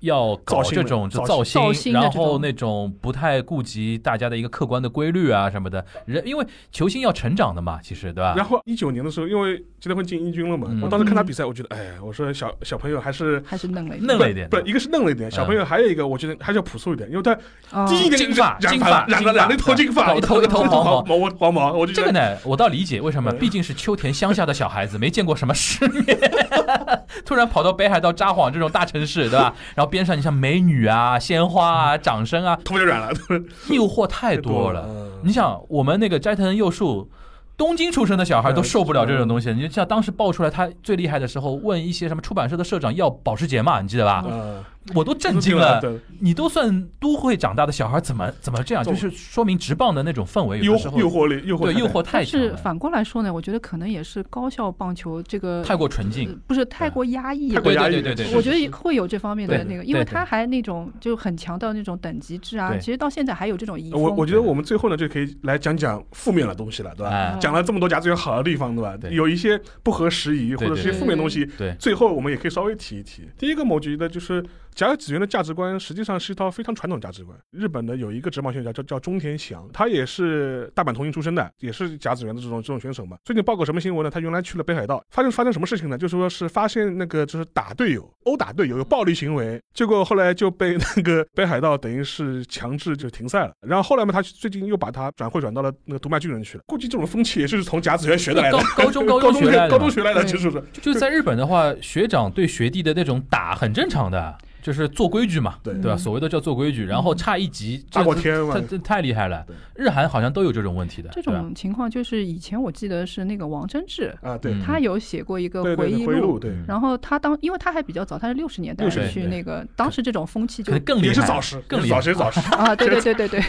Speaker 2: 要搞
Speaker 3: 造星
Speaker 2: 这
Speaker 3: 了
Speaker 2: 种就
Speaker 3: 造
Speaker 2: 型，
Speaker 4: 造星的
Speaker 2: 然
Speaker 4: 这
Speaker 2: 后
Speaker 4: 种
Speaker 2: 那种不太顾及大家的一个客观的规律啊什么的。人因为球星要成长的嘛，其实对吧？
Speaker 3: 然后一九年的时候，因为吉田辉进一军了嘛，
Speaker 2: 啊嗯
Speaker 3: 我当时看他比赛，我觉得，哎，我说小小朋友还是
Speaker 4: 还是嫩了一点。
Speaker 2: 嫩了一点嗯
Speaker 3: 不，不一个是嫩了一点，小朋友还有一个，我觉得还是要朴素一点，因为他
Speaker 4: 啊
Speaker 3: 第一个
Speaker 2: 金发
Speaker 3: 染
Speaker 2: 金
Speaker 3: 发
Speaker 2: 发
Speaker 3: 染
Speaker 2: 金发
Speaker 3: 了染了一头金发，
Speaker 2: 搞一头一头
Speaker 3: 这是
Speaker 2: 黄毛
Speaker 3: 毛，我黄毛，我就
Speaker 2: 这
Speaker 3: 觉得
Speaker 2: 个呢，我倒理解为什么，
Speaker 3: 嗯
Speaker 2: 毕竟是秋田乡下的小孩子，没见过什么世面， *laughs* 突然跑到北海道札幌这种大城市，对吧？然后边上你像美女啊、鲜花啊、掌声啊，
Speaker 3: 头发就染了，
Speaker 2: *laughs*
Speaker 3: 嗯
Speaker 2: 诱惑太多了。
Speaker 3: 了
Speaker 2: 你想，我们那个斋藤佑树，东京出生的小孩都
Speaker 3: 对
Speaker 2: 受不了这种东西。你就像当时爆出来他最厉害的时候，问一些什么出版社的社长要保时捷嘛，你记得吧？
Speaker 3: 啊，
Speaker 2: 我都震惊了。
Speaker 3: 对
Speaker 2: 你都算都会长大的小孩，怎么怎么这样？
Speaker 3: 这
Speaker 2: 就
Speaker 3: 么
Speaker 2: 是说明直棒的那种氛围，有
Speaker 3: 诱
Speaker 2: 的时候
Speaker 3: 诱惑力，诱惑
Speaker 2: 对
Speaker 3: 太
Speaker 2: 诱
Speaker 3: 大
Speaker 2: 惑太
Speaker 4: 但
Speaker 2: 强
Speaker 4: 是
Speaker 2: 了，
Speaker 4: 反过来说呢，我觉得可能也是高校棒球这个
Speaker 2: 太过纯净。
Speaker 4: 呃不是太过压抑
Speaker 3: 太
Speaker 4: 了。
Speaker 3: 过
Speaker 2: 对
Speaker 3: 压抑
Speaker 2: 对
Speaker 3: 了，
Speaker 2: 对对对
Speaker 4: 我觉得会有这方面的
Speaker 2: 对
Speaker 4: 那个，因为
Speaker 2: 对对
Speaker 4: 他还那种就很强调那种等级制啊，
Speaker 2: 对
Speaker 4: 其实到现在还有这种遗风。
Speaker 3: 我我觉得我们最后呢就可以来讲讲负面的东西了，对吧？
Speaker 2: 哎，
Speaker 4: 嗯
Speaker 3: 讲了这么多甲子园好的地方，对吧？
Speaker 2: 对
Speaker 3: 有一些不合时宜或
Speaker 2: 对
Speaker 3: 者是一些
Speaker 2: 对
Speaker 3: 负面东西，
Speaker 2: 对
Speaker 3: 最后我们也可以稍微提一提。第一个，我觉得就是甲子园的价值观实际上是一套非常传统的价值观。日本的有一个职棒选手叫叫中田翔，他也是大阪桐荫出身的，也是甲子园的这种这种选手嘛。最近报个什么新闻呢？他原来去了北海道，发生发生什么事情呢？就是说是发现那个就是打队友、殴打队友有暴力行为，结果后来就被那个北海道等于是强制就停赛了。然后后来嘛，他最近又把他转会转到了那个独卖巨人去了。估计这种风气也是从甲子园学的来的
Speaker 2: 高。呃高中
Speaker 3: 高
Speaker 2: 中学来的
Speaker 3: 高中
Speaker 2: 嘛，
Speaker 3: 学来的，
Speaker 4: 对
Speaker 3: 其实是
Speaker 2: 就是在日本的话，学长对学弟的那种打很正常的，就是做规矩嘛，
Speaker 3: 对嗯
Speaker 2: 对吧？
Speaker 4: 嗯
Speaker 2: 所谓的叫做规矩，然后差一级，
Speaker 3: 大
Speaker 2: 这
Speaker 3: 过
Speaker 2: 这
Speaker 3: 天嘛
Speaker 2: 太，这太厉害了
Speaker 3: 对。
Speaker 2: 日韩好像都有这种问题的，
Speaker 4: 这
Speaker 2: 对吧啊
Speaker 4: 种情况就是以前我记得是那个王贞治，
Speaker 3: 啊，对，
Speaker 2: 嗯
Speaker 4: 他有写过一个
Speaker 3: 对对
Speaker 4: 忆
Speaker 3: 回忆录，
Speaker 4: 录，
Speaker 3: 对，
Speaker 2: 嗯
Speaker 4: 然后他当因为他还比较早，他是六十年代
Speaker 3: 60
Speaker 2: 年代
Speaker 4: 去那个，当时这种风气
Speaker 2: 可
Speaker 4: 就
Speaker 2: 能更厉害，
Speaker 3: 也是早识，
Speaker 2: 更
Speaker 3: 也是
Speaker 2: 厉
Speaker 3: 早
Speaker 2: 害。
Speaker 3: 识早
Speaker 2: *laughs*
Speaker 3: 识，
Speaker 4: 啊，对对对对对，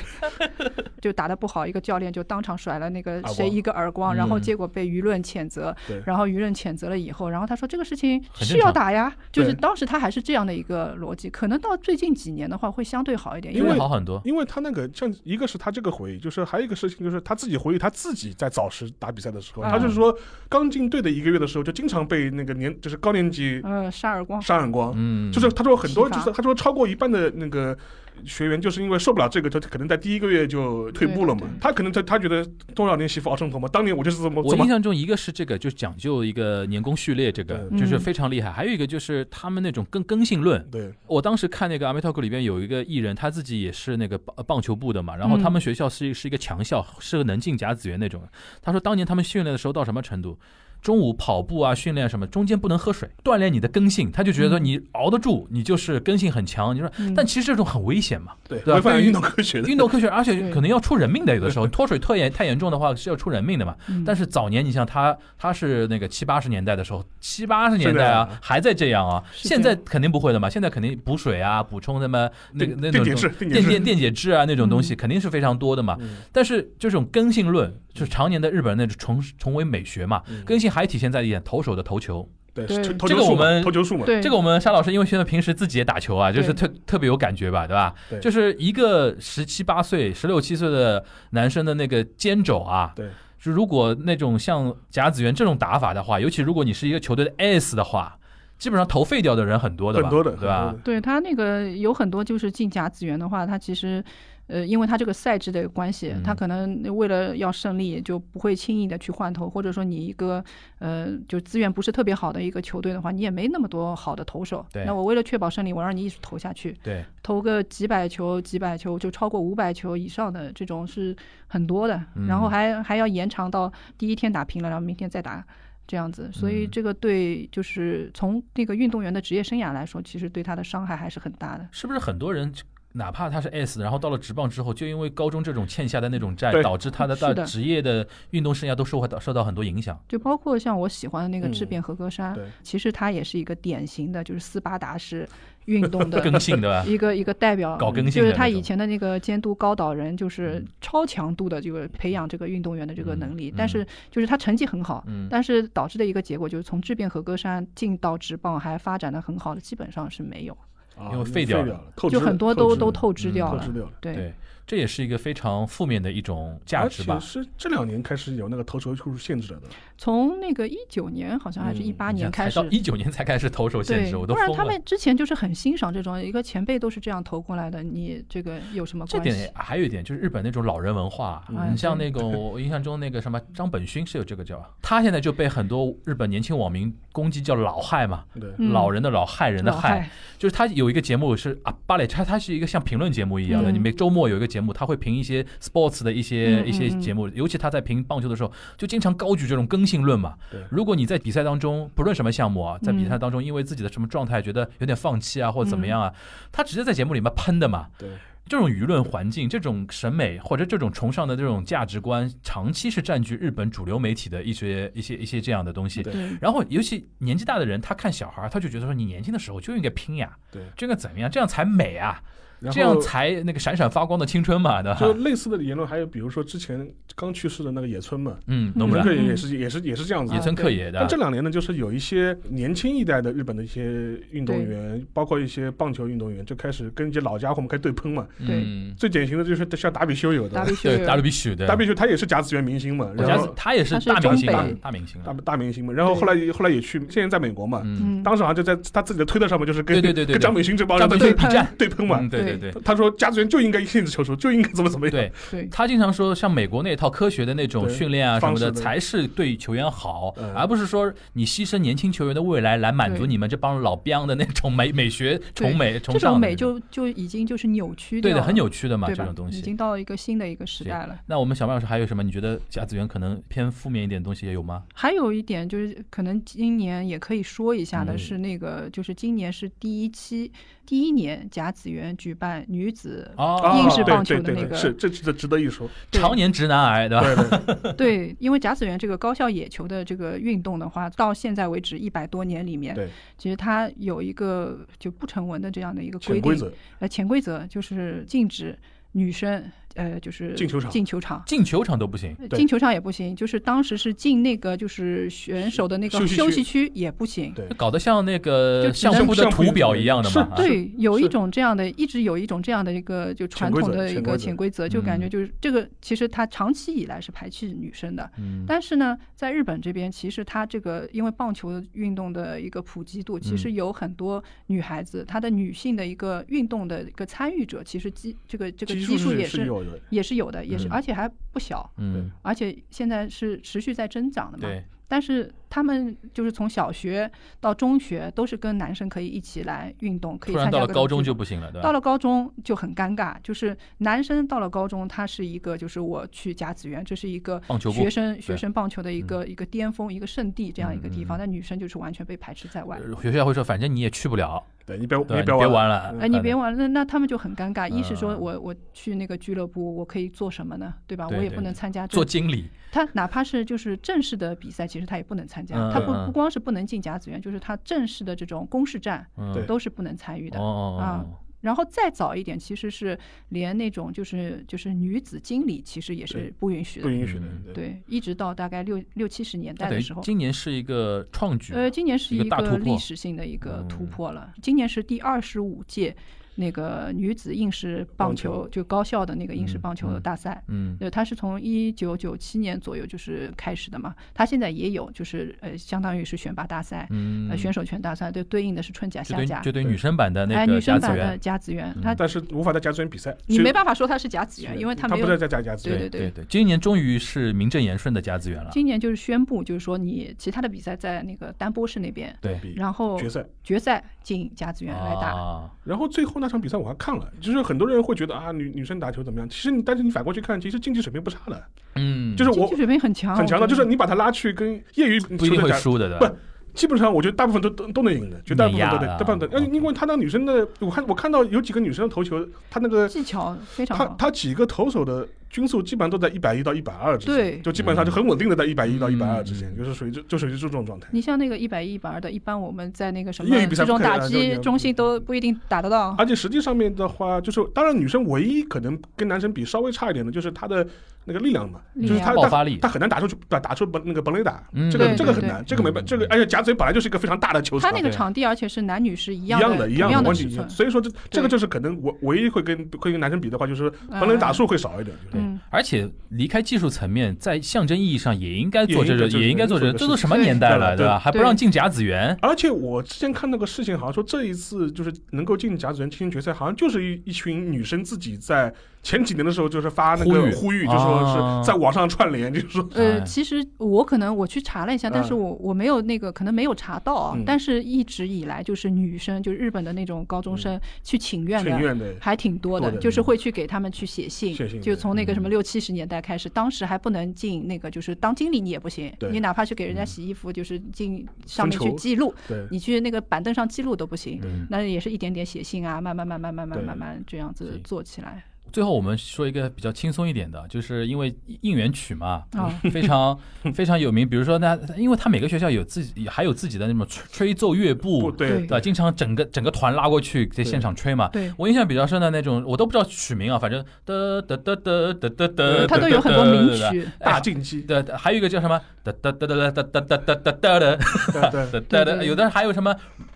Speaker 4: 就打得不好，一个教练就当场甩了那个
Speaker 3: 光
Speaker 4: 谁一个耳光，然后
Speaker 2: 嗯
Speaker 4: 结果被舆论谴责
Speaker 3: 对，
Speaker 4: 然后舆论谴责了以后，然后他说这个事情
Speaker 2: 很
Speaker 4: 是
Speaker 2: 正
Speaker 4: 要
Speaker 2: 常
Speaker 4: 打呀，就是
Speaker 3: 对
Speaker 4: 当时他还是这样的一个逻辑，可能到最近几年的话会相对好一点，
Speaker 3: 因
Speaker 4: 因
Speaker 2: 因
Speaker 3: 为
Speaker 2: 为好很多，
Speaker 3: 因为他那个像一个是他这个回忆，就是还有一个事情就是他自己回忆他自己在早市打比赛的时候，
Speaker 2: 啊
Speaker 4: 嗯
Speaker 3: 他就是说刚进队的一个月的时候就经常被那个年就是高年级
Speaker 4: 嗯扇耳光，
Speaker 3: 扇耳光，
Speaker 2: 嗯，
Speaker 3: 就是他说很多
Speaker 4: 体
Speaker 3: 就
Speaker 4: 罚
Speaker 3: 是他说超过一半的那个。学员就是因为受不了这个，就可能在第一个月就退步了嘛
Speaker 4: 对对。
Speaker 3: 他可能他他觉得多少年媳妇熬成婆嘛，当年我就是这么
Speaker 2: 我
Speaker 3: 怎么
Speaker 2: 印象中，一个是这个就讲究一个年功序列，这个
Speaker 4: 对
Speaker 2: 就是
Speaker 4: 嗯
Speaker 2: 非常厉害；还有一个就是他们那种更更性论。
Speaker 3: 对
Speaker 2: 我当时看那个《阿 m 特 Talk》里边有一个艺人，他自己也是那个棒呃棒球部的嘛，然后
Speaker 4: 嗯
Speaker 2: 他们学校是一是一个强校，是个能进甲子园那种。他说当年他们训练的时候到什么程度？中午跑步啊，训练什么，中间不能喝水，锻炼你的根性。他就觉得说
Speaker 4: 嗯
Speaker 2: 你熬得住，你就是根性很强。你说，
Speaker 4: 嗯
Speaker 2: 但其实这种很危险嘛，
Speaker 3: 对，
Speaker 2: 对啊
Speaker 3: 违反
Speaker 2: 对
Speaker 3: 运动科学的
Speaker 2: 运动科学，而且
Speaker 4: 对
Speaker 2: 可能要出人命的。有的
Speaker 4: *laughs*
Speaker 2: 时候脱水特严太严重的话是要出人命的嘛。
Speaker 4: 嗯
Speaker 2: 但是早年，你像他，他是那个七八十年代的时候，七八十年代
Speaker 3: 是
Speaker 2: 啊，还在这样啊。
Speaker 4: 是
Speaker 2: 现在肯定不会的嘛，现在肯定补水啊，补充什么那个
Speaker 3: 电
Speaker 2: 那
Speaker 3: 电
Speaker 2: 种
Speaker 3: 解
Speaker 2: 东
Speaker 3: 质电解
Speaker 2: 电
Speaker 3: 质
Speaker 2: 电电解质啊那种东西，肯定是非常多的嘛。
Speaker 3: 嗯
Speaker 2: 但是这种根性论，就是常年的日本那种重重为美学嘛。
Speaker 3: 嗯
Speaker 2: 根性还体现在一点投手的投球，
Speaker 3: 对
Speaker 4: 对
Speaker 3: 投投
Speaker 2: 这
Speaker 3: 球
Speaker 2: 个
Speaker 3: 数
Speaker 2: 我
Speaker 3: 嘛，
Speaker 2: 们
Speaker 3: 投球数嘛，
Speaker 4: 对
Speaker 2: 这个我们沙老师因为现在平时自己也打球啊，就是特特别有感觉吧，对吧
Speaker 3: 对？
Speaker 2: 就是一个十七八岁、十六七岁的男生的那个肩肘啊，
Speaker 3: 对，
Speaker 2: 就如果那种像甲子园这种打法的话，尤其如果你是一个球队的 S 的话，基本上头废掉的人很多的吧，
Speaker 3: 很多的，
Speaker 2: 对吧
Speaker 3: 很？
Speaker 4: 对他那个有很多就是进甲子园的话，他其实，呃，因为他这个赛制的关系，他
Speaker 2: 嗯
Speaker 4: 可能为了要胜利，就不会轻易的去换头，或者说你一个呃，就资源不是特别好的一个球队的话，你也没那么多好的投手。
Speaker 2: 对
Speaker 4: 那我为了确保胜利，我让你一直投下去，
Speaker 2: 对，
Speaker 4: 投个几百球、几百球，就超过五百球以上的这种是很多的，
Speaker 2: 嗯
Speaker 4: 然后还还要延长到第一天打平了，然后明天再打。这样子，所以
Speaker 2: 嗯
Speaker 4: 这个对就是从那个运动员的职业生涯来说，其实对他的伤害还是很大的。
Speaker 2: 是不是很多人？哪怕他是 S，然后到了职棒之后，就因为高中这种欠下的那种债
Speaker 3: 对，
Speaker 2: 导致他的
Speaker 4: 是
Speaker 2: 到
Speaker 4: 的
Speaker 2: 职业的运动生涯都受到受到很多影响。
Speaker 4: 就包括像我喜欢的那个
Speaker 3: 嗯
Speaker 4: 质变合格衫，
Speaker 3: 对
Speaker 4: 其实它也是一个典型的就是斯巴
Speaker 2: *laughs*
Speaker 4: 达式运动的
Speaker 2: 更性对
Speaker 4: *laughs*
Speaker 2: 吧？
Speaker 4: 一个一个代表，
Speaker 2: 搞更新
Speaker 4: 就
Speaker 2: 的
Speaker 4: 是他
Speaker 2: 那种
Speaker 4: 以前的那个监督高岛人，就是
Speaker 2: 嗯
Speaker 4: 超强度的这个培养这个运动员的这个能力，
Speaker 2: 嗯
Speaker 4: 但是就是他成绩很好，
Speaker 2: 嗯
Speaker 4: 但是导致的一个结果就是从质变合格山进到职棒还发展的很好的，基本上是没有，
Speaker 3: 啊
Speaker 2: 因为
Speaker 3: 废
Speaker 2: 废掉了
Speaker 3: 了，透支
Speaker 4: 就
Speaker 3: 了
Speaker 4: 很多都
Speaker 3: 透支
Speaker 4: 都
Speaker 3: 了
Speaker 4: 透支
Speaker 2: 嗯
Speaker 4: 掉
Speaker 3: 透
Speaker 4: 了，
Speaker 3: 支掉了。
Speaker 4: 对。
Speaker 2: 对，这也是一个非常负面的一种价值吧
Speaker 3: 而且。是这两年开始有那个投球数限制了的，
Speaker 4: 从那个一九年好像还是
Speaker 3: 嗯
Speaker 4: 一八年开
Speaker 2: 才
Speaker 4: 始，
Speaker 2: 到一九年才开始投手限
Speaker 4: 对，
Speaker 2: 制，我都
Speaker 4: 不然
Speaker 2: 疯
Speaker 4: 他
Speaker 2: 了。
Speaker 4: 们之前就是很欣赏这种一个前辈都是这样投过来的，你这个有什么
Speaker 2: 这
Speaker 4: 啊关
Speaker 2: 点
Speaker 4: 系？
Speaker 2: 还有一点就是日本那种老人文化啊，
Speaker 4: 嗯
Speaker 2: 你像那种我印象中那个什么张本勋是有这个叫，他现在就被很多日本年轻网民攻击叫老害嘛，
Speaker 3: 对，
Speaker 4: 嗯
Speaker 2: 老人的老害人的
Speaker 4: 老
Speaker 2: 害，，就是他有一个节目是啊芭蕾，他他是一个像评论节目一样的，
Speaker 4: 嗯
Speaker 2: 你每周末有一个节目，他会评一些 sports 的一些
Speaker 4: 嗯嗯
Speaker 2: 一些节目，尤其他在评棒球的时候，就经常高举这种更性论嘛
Speaker 3: 对。
Speaker 2: 如果你在比赛当中，不论什么项目啊，在比赛
Speaker 4: 嗯
Speaker 2: 当中因为自己的什么状态觉得有点放弃啊，或者怎么样啊，他直接在节目里面喷的嘛。
Speaker 3: 对
Speaker 2: 这种舆论环境、这种审美或者这种崇尚的这种价值观，长期是占据日本主流媒体的一些一些一些这样的东西。
Speaker 3: 对
Speaker 4: 对
Speaker 2: 然后，尤其年纪大的人，他看小孩儿，他就觉得说，你年轻的时候就应该拼呀，
Speaker 3: 对
Speaker 2: 就应该怎么样，这样才美啊，
Speaker 3: 然
Speaker 2: 这样
Speaker 3: 后
Speaker 2: 才那个闪闪发光的青春嘛，对
Speaker 3: 就
Speaker 2: 吧？
Speaker 3: 类似的言论，还有比如说之前刚去世的那个野村嘛，
Speaker 2: 嗯，
Speaker 4: 嗯
Speaker 2: 农
Speaker 3: 野
Speaker 2: 村
Speaker 3: 村
Speaker 4: 对
Speaker 3: 也也是也是也是这样子
Speaker 2: 野
Speaker 3: 的。
Speaker 2: 村克也的
Speaker 3: 但这，两年呢，就是有一些年轻一代的日本的一些运动
Speaker 4: 对
Speaker 3: 员，包括一些棒球运动员，就开始跟一些老家伙们开始对喷嘛。
Speaker 4: 对
Speaker 2: 嗯，
Speaker 3: 最典型的就是像打比修有
Speaker 4: 达
Speaker 3: 的，
Speaker 2: *laughs*
Speaker 4: 比修
Speaker 2: 对
Speaker 4: 有
Speaker 2: ，W B 许的
Speaker 3: 打比修他也是甲子园明星嘛，
Speaker 2: 我觉
Speaker 3: 然
Speaker 2: 得
Speaker 3: 后
Speaker 2: 他也是
Speaker 4: 他是
Speaker 2: 大明星
Speaker 3: 东
Speaker 2: 啊
Speaker 3: 北，
Speaker 2: 大明星
Speaker 3: 大
Speaker 2: 啊，
Speaker 3: 大明星嘛，然后后来后来也去，现在在美国嘛，
Speaker 2: 嗯，
Speaker 4: 嗯，
Speaker 3: 当时好像就在他自己的推特上面，就是跟
Speaker 2: 对对对对对
Speaker 3: 跟张美兴这帮
Speaker 2: 张
Speaker 3: 人
Speaker 2: 本
Speaker 4: 对
Speaker 2: 清
Speaker 3: 对
Speaker 2: 比战，
Speaker 3: 对喷嘛
Speaker 2: 嗯，。对对
Speaker 4: 对
Speaker 2: 对。
Speaker 3: 他说甲子园就应该一子球出，就应该怎么怎么样。
Speaker 2: 对
Speaker 4: 对
Speaker 2: 他经常说，像美国那套科学的那种
Speaker 3: 对
Speaker 2: 训练啊什么
Speaker 3: 方式
Speaker 2: 的，
Speaker 3: 的
Speaker 2: 才是对球员好，
Speaker 3: 嗯
Speaker 2: 而不是说你牺牲年轻球员的未来来满足
Speaker 4: 对
Speaker 2: 你们这帮老 biang 的那种美美学崇美崇
Speaker 4: 这
Speaker 2: 尚的
Speaker 4: 种
Speaker 2: 那
Speaker 4: 美就就已经就是扭曲
Speaker 2: 对
Speaker 4: 掉
Speaker 2: 的，
Speaker 4: 了，
Speaker 2: 很扭曲的嘛，
Speaker 4: 对
Speaker 2: 这
Speaker 4: 吧
Speaker 2: 种？东
Speaker 4: 已
Speaker 2: 西。
Speaker 4: 经到了一个新的一个时
Speaker 2: 是
Speaker 4: 代了。
Speaker 2: 那我们小麦老师还有什么？你觉得甲子园可能偏负面一点的东西也有吗？
Speaker 4: 还有一点就是，可能今年也可以说一下的
Speaker 2: 嗯
Speaker 4: 是，那个、就是今年是第一期第一年甲子园举办
Speaker 3: *laughs*
Speaker 4: 女子，
Speaker 2: 哦，
Speaker 3: 啊，
Speaker 4: 硬式棒球
Speaker 3: 对
Speaker 4: 的
Speaker 3: 对对
Speaker 4: 那个
Speaker 3: 对，是这值得值得一说。
Speaker 4: 对
Speaker 2: 常年直男癌，对吧？
Speaker 3: 对对，
Speaker 4: *laughs* 对，因为甲子园这个高校野球的这个运动的话，到现在为止一百多年里面
Speaker 3: 对，
Speaker 4: 其实它有一个就不成文的这样的一个规
Speaker 3: 潜
Speaker 4: 定，
Speaker 3: 规则，
Speaker 4: 呃，潜规则就是禁止女生呃就是
Speaker 3: 进球场
Speaker 4: 进球场。
Speaker 2: 进球场都不行，
Speaker 3: 对
Speaker 4: 进球场也不行，就是当时是进那个就是选手的那个
Speaker 3: 休息区
Speaker 4: 休息区也不行，
Speaker 3: 对
Speaker 2: 搞得像那个
Speaker 4: 就
Speaker 2: 相
Speaker 3: 像
Speaker 2: 扑的
Speaker 3: 相扑
Speaker 2: 图表一样的
Speaker 3: 是
Speaker 2: 嘛。啊
Speaker 4: 对，有一
Speaker 3: 是
Speaker 4: 种这样的，一直有一种这样的一个就
Speaker 3: 潜
Speaker 4: 传
Speaker 3: 规
Speaker 4: 统
Speaker 3: 则
Speaker 4: 的
Speaker 3: 潜
Speaker 4: 一
Speaker 3: 规
Speaker 4: 个
Speaker 3: 则
Speaker 4: 潜规则，就感觉
Speaker 2: 嗯
Speaker 4: 就是这个，其实它长期以来是排斥女生的。
Speaker 2: 嗯，
Speaker 4: 但是呢，在日本这边，其实它这个因为棒球运动的一个普及度，其实
Speaker 2: 嗯
Speaker 4: 有很多女孩子，她的女性的一个运动的一个参与者，其实基这个这个基数
Speaker 3: 是
Speaker 4: 也
Speaker 3: 是
Speaker 4: 是
Speaker 3: 有的，
Speaker 4: 也是有的，也是
Speaker 2: 嗯
Speaker 4: 而且还不小，
Speaker 2: 嗯，
Speaker 4: 而且现在是持续在增长的嘛。
Speaker 2: 对，
Speaker 4: 但是他们就是从小学到中学都是跟男生可以一起来运动，可以
Speaker 2: 突
Speaker 4: 参
Speaker 2: 然
Speaker 4: 加
Speaker 2: 到了
Speaker 4: 各种
Speaker 2: 高中
Speaker 4: 聚
Speaker 2: 就
Speaker 4: 会
Speaker 2: 不行了，对
Speaker 4: 到
Speaker 2: 吧？
Speaker 4: 了高中就很尴尬，就是男生到了高中，他是一个就是我去甲子园，这是一个
Speaker 2: 棒球部嗯
Speaker 4: 学生学生棒球的一个一个巅峰一个圣地这样一个地方，但女生就是完全被排斥在外。
Speaker 2: 学嗯呃校会说，反正你也去不了，
Speaker 3: 对你别
Speaker 2: 对吧
Speaker 3: 你
Speaker 2: 你
Speaker 3: 别
Speaker 2: 别玩
Speaker 3: 玩
Speaker 2: 了，
Speaker 4: 哎，你别玩，那那他们就很尴尬。一是说
Speaker 2: 嗯
Speaker 4: 我我去那个俱乐部，我可以做什么呢？对吧？
Speaker 2: 对
Speaker 4: 我也
Speaker 2: 对
Speaker 4: 不能参加
Speaker 2: 做
Speaker 4: 正。
Speaker 2: 经理，
Speaker 4: 他哪怕是就是正式的比赛，其实他也不能参
Speaker 2: 嗯。
Speaker 4: 加他
Speaker 2: 嗯
Speaker 4: 不
Speaker 2: 嗯
Speaker 4: 不光是不能进甲子园，就是他正式的这种公示战
Speaker 2: 嗯，
Speaker 3: 对
Speaker 4: 都是不能参与的啊
Speaker 2: 哦。哦哦，
Speaker 4: 然后再早一点，其实是连那种就是就是女子经理，其实也
Speaker 3: 对
Speaker 4: 是不允许
Speaker 3: 不
Speaker 4: 的。
Speaker 3: 允许的
Speaker 2: 嗯。
Speaker 3: 对，
Speaker 4: 对，一直到大概六六七十年
Speaker 2: 那
Speaker 4: 代
Speaker 2: 等
Speaker 4: 的
Speaker 2: 于
Speaker 4: 时候，
Speaker 2: 今年是一个创举，
Speaker 4: 呃，今年是
Speaker 2: 一个
Speaker 4: 一
Speaker 2: 大突破
Speaker 4: 个历史性的一个
Speaker 2: 嗯
Speaker 4: 突破了。今年是第二十五届那个女子硬式棒
Speaker 3: 棒球
Speaker 4: 球，就高校的那个硬式
Speaker 2: 嗯
Speaker 4: 棒球的
Speaker 2: 嗯
Speaker 4: 大赛。
Speaker 2: 嗯，
Speaker 4: 呃，它是从一九九七年左右就是开始的嘛，它现在也有，就是呃，相当于是选拔大赛，
Speaker 2: 嗯
Speaker 4: 呃，选手权大赛，对，对应的是春甲、
Speaker 2: 就
Speaker 4: 夏
Speaker 2: 对
Speaker 4: 甲，
Speaker 2: 就对女生版的那
Speaker 4: 哎，女
Speaker 2: 个
Speaker 4: 生
Speaker 2: 甲子
Speaker 4: 版的
Speaker 2: 园，
Speaker 4: 甲子园，
Speaker 2: 嗯
Speaker 4: 它
Speaker 3: 但是无法在甲子园比赛，
Speaker 4: 你
Speaker 3: 所以
Speaker 4: 没办法说它是甲子园，因为
Speaker 3: 他
Speaker 4: 没
Speaker 3: 不
Speaker 4: 有
Speaker 3: 在。在甲甲子
Speaker 4: 对
Speaker 3: 园，
Speaker 2: 对
Speaker 4: 对对
Speaker 2: 对，今年终于是名正言顺的甲子园了，
Speaker 4: 今年就是宣布，就是说你其他的比赛在那个丹波市那边，
Speaker 2: 对，
Speaker 3: 比
Speaker 4: 然后
Speaker 3: 决赛。
Speaker 4: 决赛进甲子园来打。
Speaker 2: 啊，
Speaker 3: 然后最后那场比赛我还看了，就是很多人会觉得啊，女女生打球怎么样？其实你但是你反过去看，其实竞技水平不差的，
Speaker 2: 嗯，
Speaker 3: 就是
Speaker 4: 竞
Speaker 3: 我
Speaker 4: 技水平很强，
Speaker 3: 很强的，
Speaker 4: 我
Speaker 3: 就
Speaker 4: 觉得
Speaker 3: 是你把他拉去跟业余
Speaker 2: 不一定
Speaker 3: 球队
Speaker 2: 会
Speaker 3: 打，
Speaker 2: 输的，对
Speaker 3: 不
Speaker 2: 吧？
Speaker 3: 基本上我觉得大部分都都都能赢的，绝大部分都
Speaker 2: 碾压的
Speaker 3: 能，
Speaker 2: 啊
Speaker 3: 大部分都能。因为他那个女生的，我看我看到有几个女生的投球，她那个
Speaker 4: 技巧非常
Speaker 3: 她
Speaker 4: 好。
Speaker 3: 她几个投手的均速基本上都在一百一到一百二之间，
Speaker 4: 对
Speaker 3: 就基本上就很稳定的在一百一到一百二
Speaker 2: 嗯
Speaker 3: 之间，就是属于这就属于这种状态。
Speaker 4: 你像那个一百一、一百二的，一般我们在那个什么
Speaker 3: 业余比赛
Speaker 4: 这种
Speaker 3: 不可以
Speaker 4: 打
Speaker 3: 啊就
Speaker 4: 击
Speaker 3: 就
Speaker 4: 中心都不一定打得到。
Speaker 3: 而且实际上面的话，就是当然女生唯一可能跟男生比稍微差一点的，就是她的那个力量嘛，
Speaker 4: 力
Speaker 3: 就是她
Speaker 4: 量
Speaker 2: 爆
Speaker 3: 她
Speaker 2: 发力
Speaker 3: 她很难打出去打打出本那个本垒打
Speaker 2: 嗯，
Speaker 3: 这个
Speaker 4: 对
Speaker 3: 这个
Speaker 4: 对
Speaker 3: 很
Speaker 4: 对
Speaker 3: 难，这个没办
Speaker 2: 嗯
Speaker 3: 这个，而且甲子园本来就是一个非常大的球场
Speaker 4: 他，那个场地，而且是男女是一
Speaker 3: 一
Speaker 4: 样
Speaker 3: 样
Speaker 4: 的，
Speaker 3: 一
Speaker 4: 同
Speaker 3: 样的
Speaker 4: 样的
Speaker 3: 完
Speaker 4: 尺
Speaker 3: 全一样
Speaker 4: 寸。
Speaker 3: 所以说这这个
Speaker 4: 对
Speaker 3: 就是可能我唯一会跟会跟男生比的话，就是
Speaker 4: 嗯
Speaker 3: 本垒打数会少一点，就是
Speaker 2: 对
Speaker 4: 嗯，
Speaker 2: 而且离开技术层面，在象征意义上也应该做这
Speaker 3: 也应该
Speaker 2: 种，
Speaker 3: 做
Speaker 2: 也应该做这种，
Speaker 3: 这
Speaker 2: 这
Speaker 3: 种
Speaker 2: 都什么
Speaker 4: 对
Speaker 2: 年代了，
Speaker 3: 对
Speaker 2: 吧？还不
Speaker 4: 对
Speaker 2: 让进甲子园，
Speaker 3: 而且我之前看那个事情，好像说这一次就是能够进甲子园进决赛，好像就是一一群女生自己在前几年的时候就是发那个
Speaker 2: 呼
Speaker 3: 呼
Speaker 2: 吁
Speaker 3: 吁，就
Speaker 2: 啊
Speaker 3: 说是在网上串联，就是说
Speaker 2: 哎
Speaker 4: 呃，其实我可能我去查了一下，但是
Speaker 3: 嗯
Speaker 4: 我我没有那个可能没有查到啊
Speaker 3: 嗯。
Speaker 4: 但是一直以来，就是女生，就是日本的那种高中生去请愿
Speaker 3: 挺
Speaker 4: 的，
Speaker 3: 远的。
Speaker 4: 还挺多
Speaker 3: 嗯多
Speaker 4: 的，
Speaker 3: 的
Speaker 4: 就是会去给他们去写信
Speaker 3: 写信，
Speaker 4: 就从那个什么
Speaker 2: 嗯
Speaker 4: 六七十年代开始，当时还不能进那个，就是当经理你也不行，
Speaker 3: 对
Speaker 4: 你哪怕去给人家洗衣服，就是进上面
Speaker 3: 分
Speaker 4: 去
Speaker 3: 球
Speaker 4: 记录，
Speaker 3: 对
Speaker 4: 你去那个板凳上记录都不行。
Speaker 2: 嗯
Speaker 4: 那也是一点点写信啊，慢慢慢慢慢慢
Speaker 3: 对
Speaker 4: 慢慢这样子
Speaker 2: 行
Speaker 4: 做起来
Speaker 2: 最后我们说一个比较轻松一点的，就是因为应援曲嘛，
Speaker 4: 啊。
Speaker 2: 非常非常有名。比如说那，因为他每个学校有自己还有自己的那种吹吹奏乐
Speaker 3: 不
Speaker 2: 部，
Speaker 3: 对
Speaker 4: 对
Speaker 2: 对吧？经常整个整个团拉过去在现场吹嘛。
Speaker 4: 对，
Speaker 2: 我印象比较深的那种，我都不知道曲名啊，反正哒哒哒哒哒哒哒，
Speaker 4: 它都有很多名曲，
Speaker 3: 大进击，
Speaker 2: 对，还有一个叫什么哒哒哒哒哒哒哒哒哒哒的，
Speaker 3: 对
Speaker 2: *laughs*
Speaker 3: 对
Speaker 2: 哒哒的，有的还有什么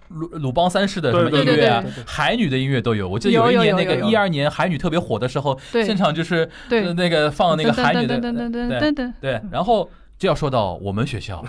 Speaker 2: 鲁鲁邦三世的什么音乐啊，海女的音乐都有。我记得一年那个一二年海女特别火的时候，
Speaker 4: 对
Speaker 2: 现场就是
Speaker 4: 对，
Speaker 2: 那个放哦那个
Speaker 4: 噔
Speaker 2: 海女的，
Speaker 4: 噔噔噔噔
Speaker 2: 对
Speaker 4: 噔噔
Speaker 2: 对，然后。就要说到我们学
Speaker 3: *laughs*
Speaker 2: 校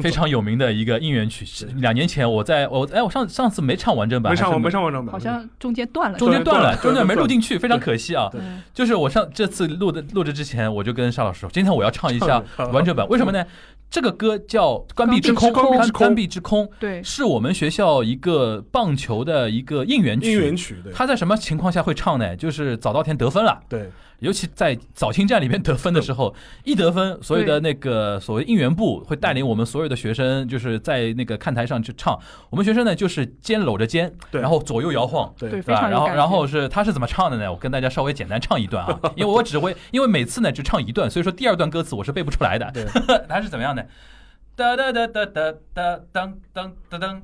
Speaker 2: 非常有名的一个应援曲，是两年前我在我哎我上上次没唱完整版，
Speaker 3: 没唱
Speaker 2: 还
Speaker 3: 完，
Speaker 2: 是
Speaker 3: 没唱完整版，
Speaker 4: 好
Speaker 2: 嗯
Speaker 4: 像中间断了。
Speaker 2: 中间断了，
Speaker 3: 对对对
Speaker 2: 中间没录
Speaker 3: 对
Speaker 2: 进去，非常可惜啊。
Speaker 3: 对
Speaker 4: 嗯
Speaker 2: 就是我上这次录的录制之前，我就跟沙老师说，今天我要
Speaker 3: 嗯
Speaker 2: 唱一下
Speaker 3: 唱一下
Speaker 2: 完整版，为什么呢？这个歌叫《关闭之空》，
Speaker 3: 关闭之空
Speaker 2: 关闭之空
Speaker 4: 对，
Speaker 2: 是我们学校一个棒球的一个应援曲。
Speaker 3: 应援曲，对
Speaker 2: 他在什么情况下会唱呢？就是早稻田得分了，
Speaker 3: 对
Speaker 2: 尤其在早清战里面得分的时
Speaker 4: *laughs*
Speaker 2: 候，一得分，所有的那个所谓应援部会带领我们所有的学生，就是在那个看台上去唱。我们学生呢，就是肩搂着肩，
Speaker 3: 对
Speaker 2: 然后左右摇晃，
Speaker 4: 对
Speaker 3: 对
Speaker 2: 对吧？
Speaker 4: 非常有
Speaker 2: 然后，
Speaker 4: 感觉
Speaker 2: 然后是他是怎么唱的呢？我跟大家稍微简单唱一段
Speaker 4: *laughs*
Speaker 2: 啊，因为我只会，因为每次呢只唱一段，所以说第二段歌词我是背不出来的。 *laughs*
Speaker 3: 对，
Speaker 2: 他是怎么样的？哒哒哒哒哒哒当当当当。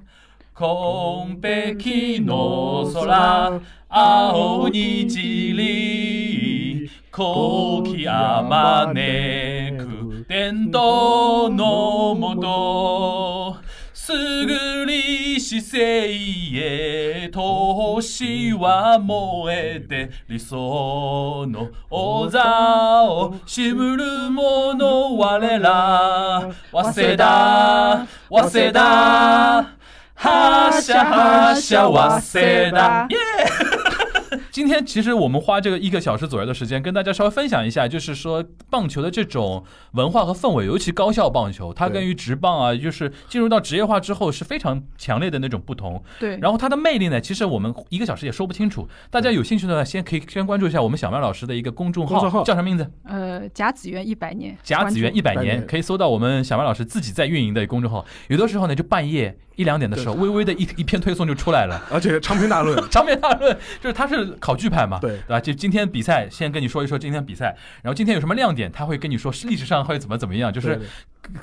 Speaker 2: 空白きの空、青にじり、高きあまねく、伝道のもと、すぐり姿勢へ、しは燃えて、理想の王座を渋る者我ら、早稲田、早稲田、哈夏哈夏哇塞哒！耶！今天其实我们花这个一个小时左右的时间，跟大家稍微分享一下，就是说棒球的这种文化和氛围，尤其高校棒球，它
Speaker 3: 对
Speaker 2: 跟于职棒啊，就是进入到职业化之后是非常强烈的那种不同。
Speaker 4: 对，
Speaker 2: 然后它的魅力呢，其实我们一个小时也说不清楚。大家有兴趣的话，先可以先关注一下我们小曼老师的一个公众
Speaker 3: 公众
Speaker 2: 号，
Speaker 3: 号
Speaker 2: 叫什么名字？
Speaker 4: 呃，甲子园一百年，
Speaker 2: 甲子园一百
Speaker 3: 关注
Speaker 2: 年，可以搜到我们小麦老师自己在运营的公众号。有的时候呢，就半夜一两点的时候，微微的一一篇推送就出来了。
Speaker 3: 而且长篇
Speaker 2: *laughs*
Speaker 3: 大论，
Speaker 2: 长篇大论就是他是考据派嘛，
Speaker 3: 对
Speaker 2: 吧？就今天比赛，先跟你说一说今天比赛，然后今天有什么亮点，他会跟你说是历史上会怎么怎么样，就
Speaker 3: 就是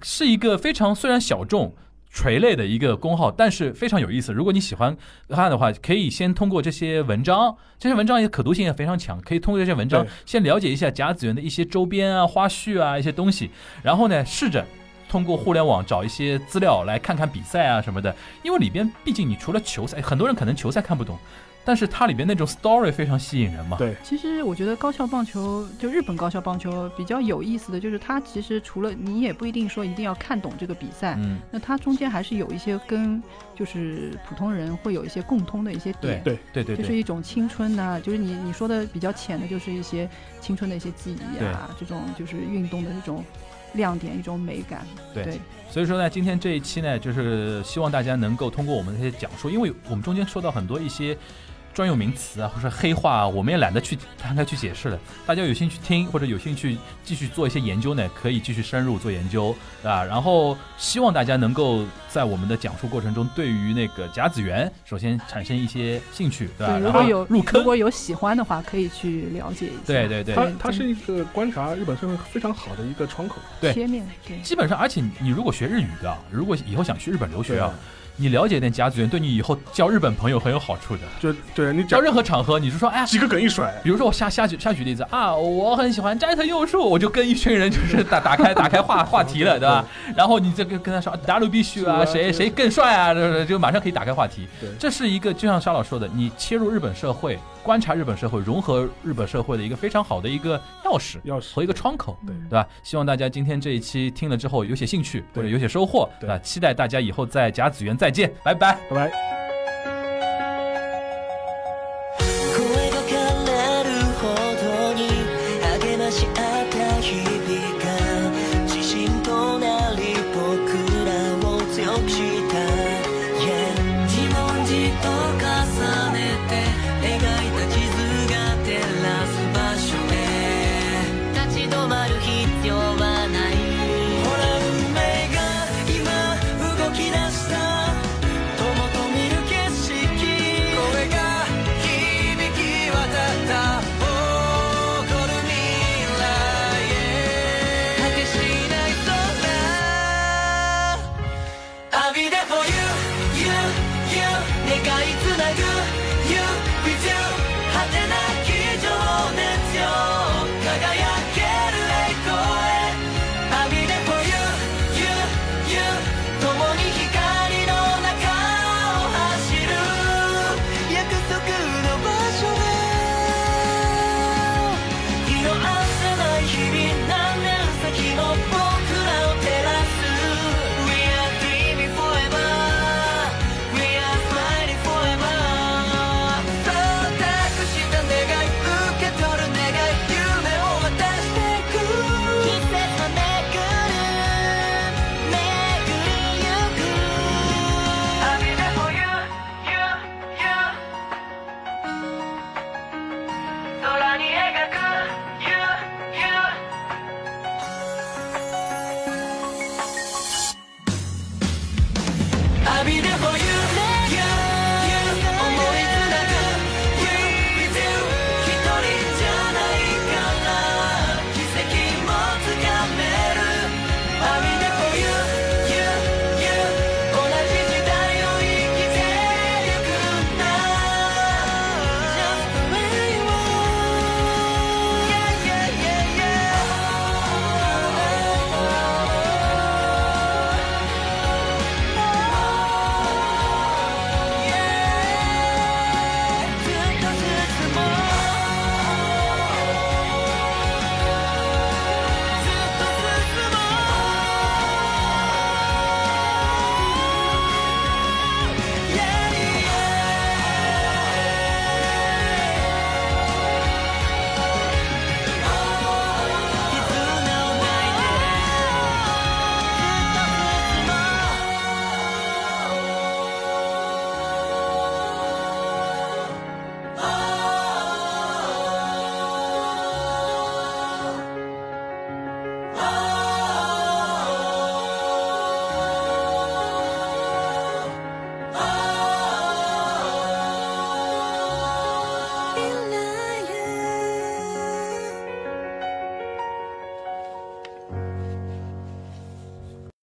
Speaker 2: 是一个非常虽然小众。垂类的一个公号，但是非常有意思。如果你喜欢看的话，可以先通过这些文章，这些文章也可读性也非常强，可以通过这些文章
Speaker 3: 对
Speaker 2: 先了解一下甲子园的一些周边啊、花絮啊一些东西，然后呢，试着通过互联网找一些资料来看看比赛啊什么的，因为里边毕竟你除了球赛，很多人可能球赛看不懂，但是它里边那种 story 非常吸引人嘛。
Speaker 3: 对
Speaker 4: 其实我觉得高校棒球，就日本高校棒球比较有意思的就是，它其实除了你也不一定说一定要看懂这个比赛，
Speaker 2: 嗯，
Speaker 4: 那它中间还是有一些跟就是普通人会有一些共通的一些点。
Speaker 3: 对
Speaker 2: 对对
Speaker 4: 就是
Speaker 2: 对，
Speaker 4: 一种青春呐、就是你你说的比较浅的，就是一些青春的一些记忆啊，这种就是运动的这种亮点，一种美感。
Speaker 2: 对
Speaker 4: 对
Speaker 2: 所以说呢，今天这一期呢，就是希望大家能够通过我们这些讲述，因为我们中间说到很多一些。专有名词啊，或者是黑话啊，我们也懒得去摊开去解释了。大家有兴趣听，或者有兴趣继续做一些研究呢，可以继续深入做研究，啊。然后希望大家能够在我们的讲述过程中，对于那个甲子园，首先产生一些兴趣，对吧？
Speaker 4: 对，如
Speaker 2: 然
Speaker 4: 果
Speaker 2: 后
Speaker 4: 有
Speaker 2: 入
Speaker 4: 如
Speaker 2: 坑，
Speaker 4: 果有喜欢的话，可以去了解一下。
Speaker 2: 对对对，
Speaker 3: 它
Speaker 4: 对
Speaker 3: 它是一个观察日本社会非常好的一个窗口，
Speaker 2: 对
Speaker 4: 切面对。
Speaker 2: 基本上，而且你如果学日语的啊，如果以后想去日本留学啊，你了解一点甲子园，对你以后交日本朋友很有好处的。
Speaker 3: 就对你
Speaker 2: 到
Speaker 3: 讲
Speaker 2: 任何场合，你就说，哎呀，
Speaker 3: 几个梗一甩，
Speaker 2: 比如说我瞎瞎举瞎举例子啊，我很喜欢斋藤佑树，我就跟一群人就是打打开打开话话题了，对吧？然后你再跟跟他说 W B 须啊，
Speaker 3: 嗯是啊
Speaker 2: 谁
Speaker 3: 对
Speaker 2: 谁更帅啊，就是就马上可以打开话题
Speaker 3: 对。
Speaker 2: 这是一个就像沙老说的，你切入日本社会，观察日本社会，融合日本社会的一个非常好的一个钥匙
Speaker 3: 钥匙
Speaker 2: 和一个窗口。
Speaker 3: 对
Speaker 2: 对吧？希望大家今天这一期听了之后有些兴趣，或
Speaker 3: 对
Speaker 2: 者有些收获，
Speaker 3: 对
Speaker 2: 吧？期待大家以后在甲子园再见，拜拜。
Speaker 3: 拜拜。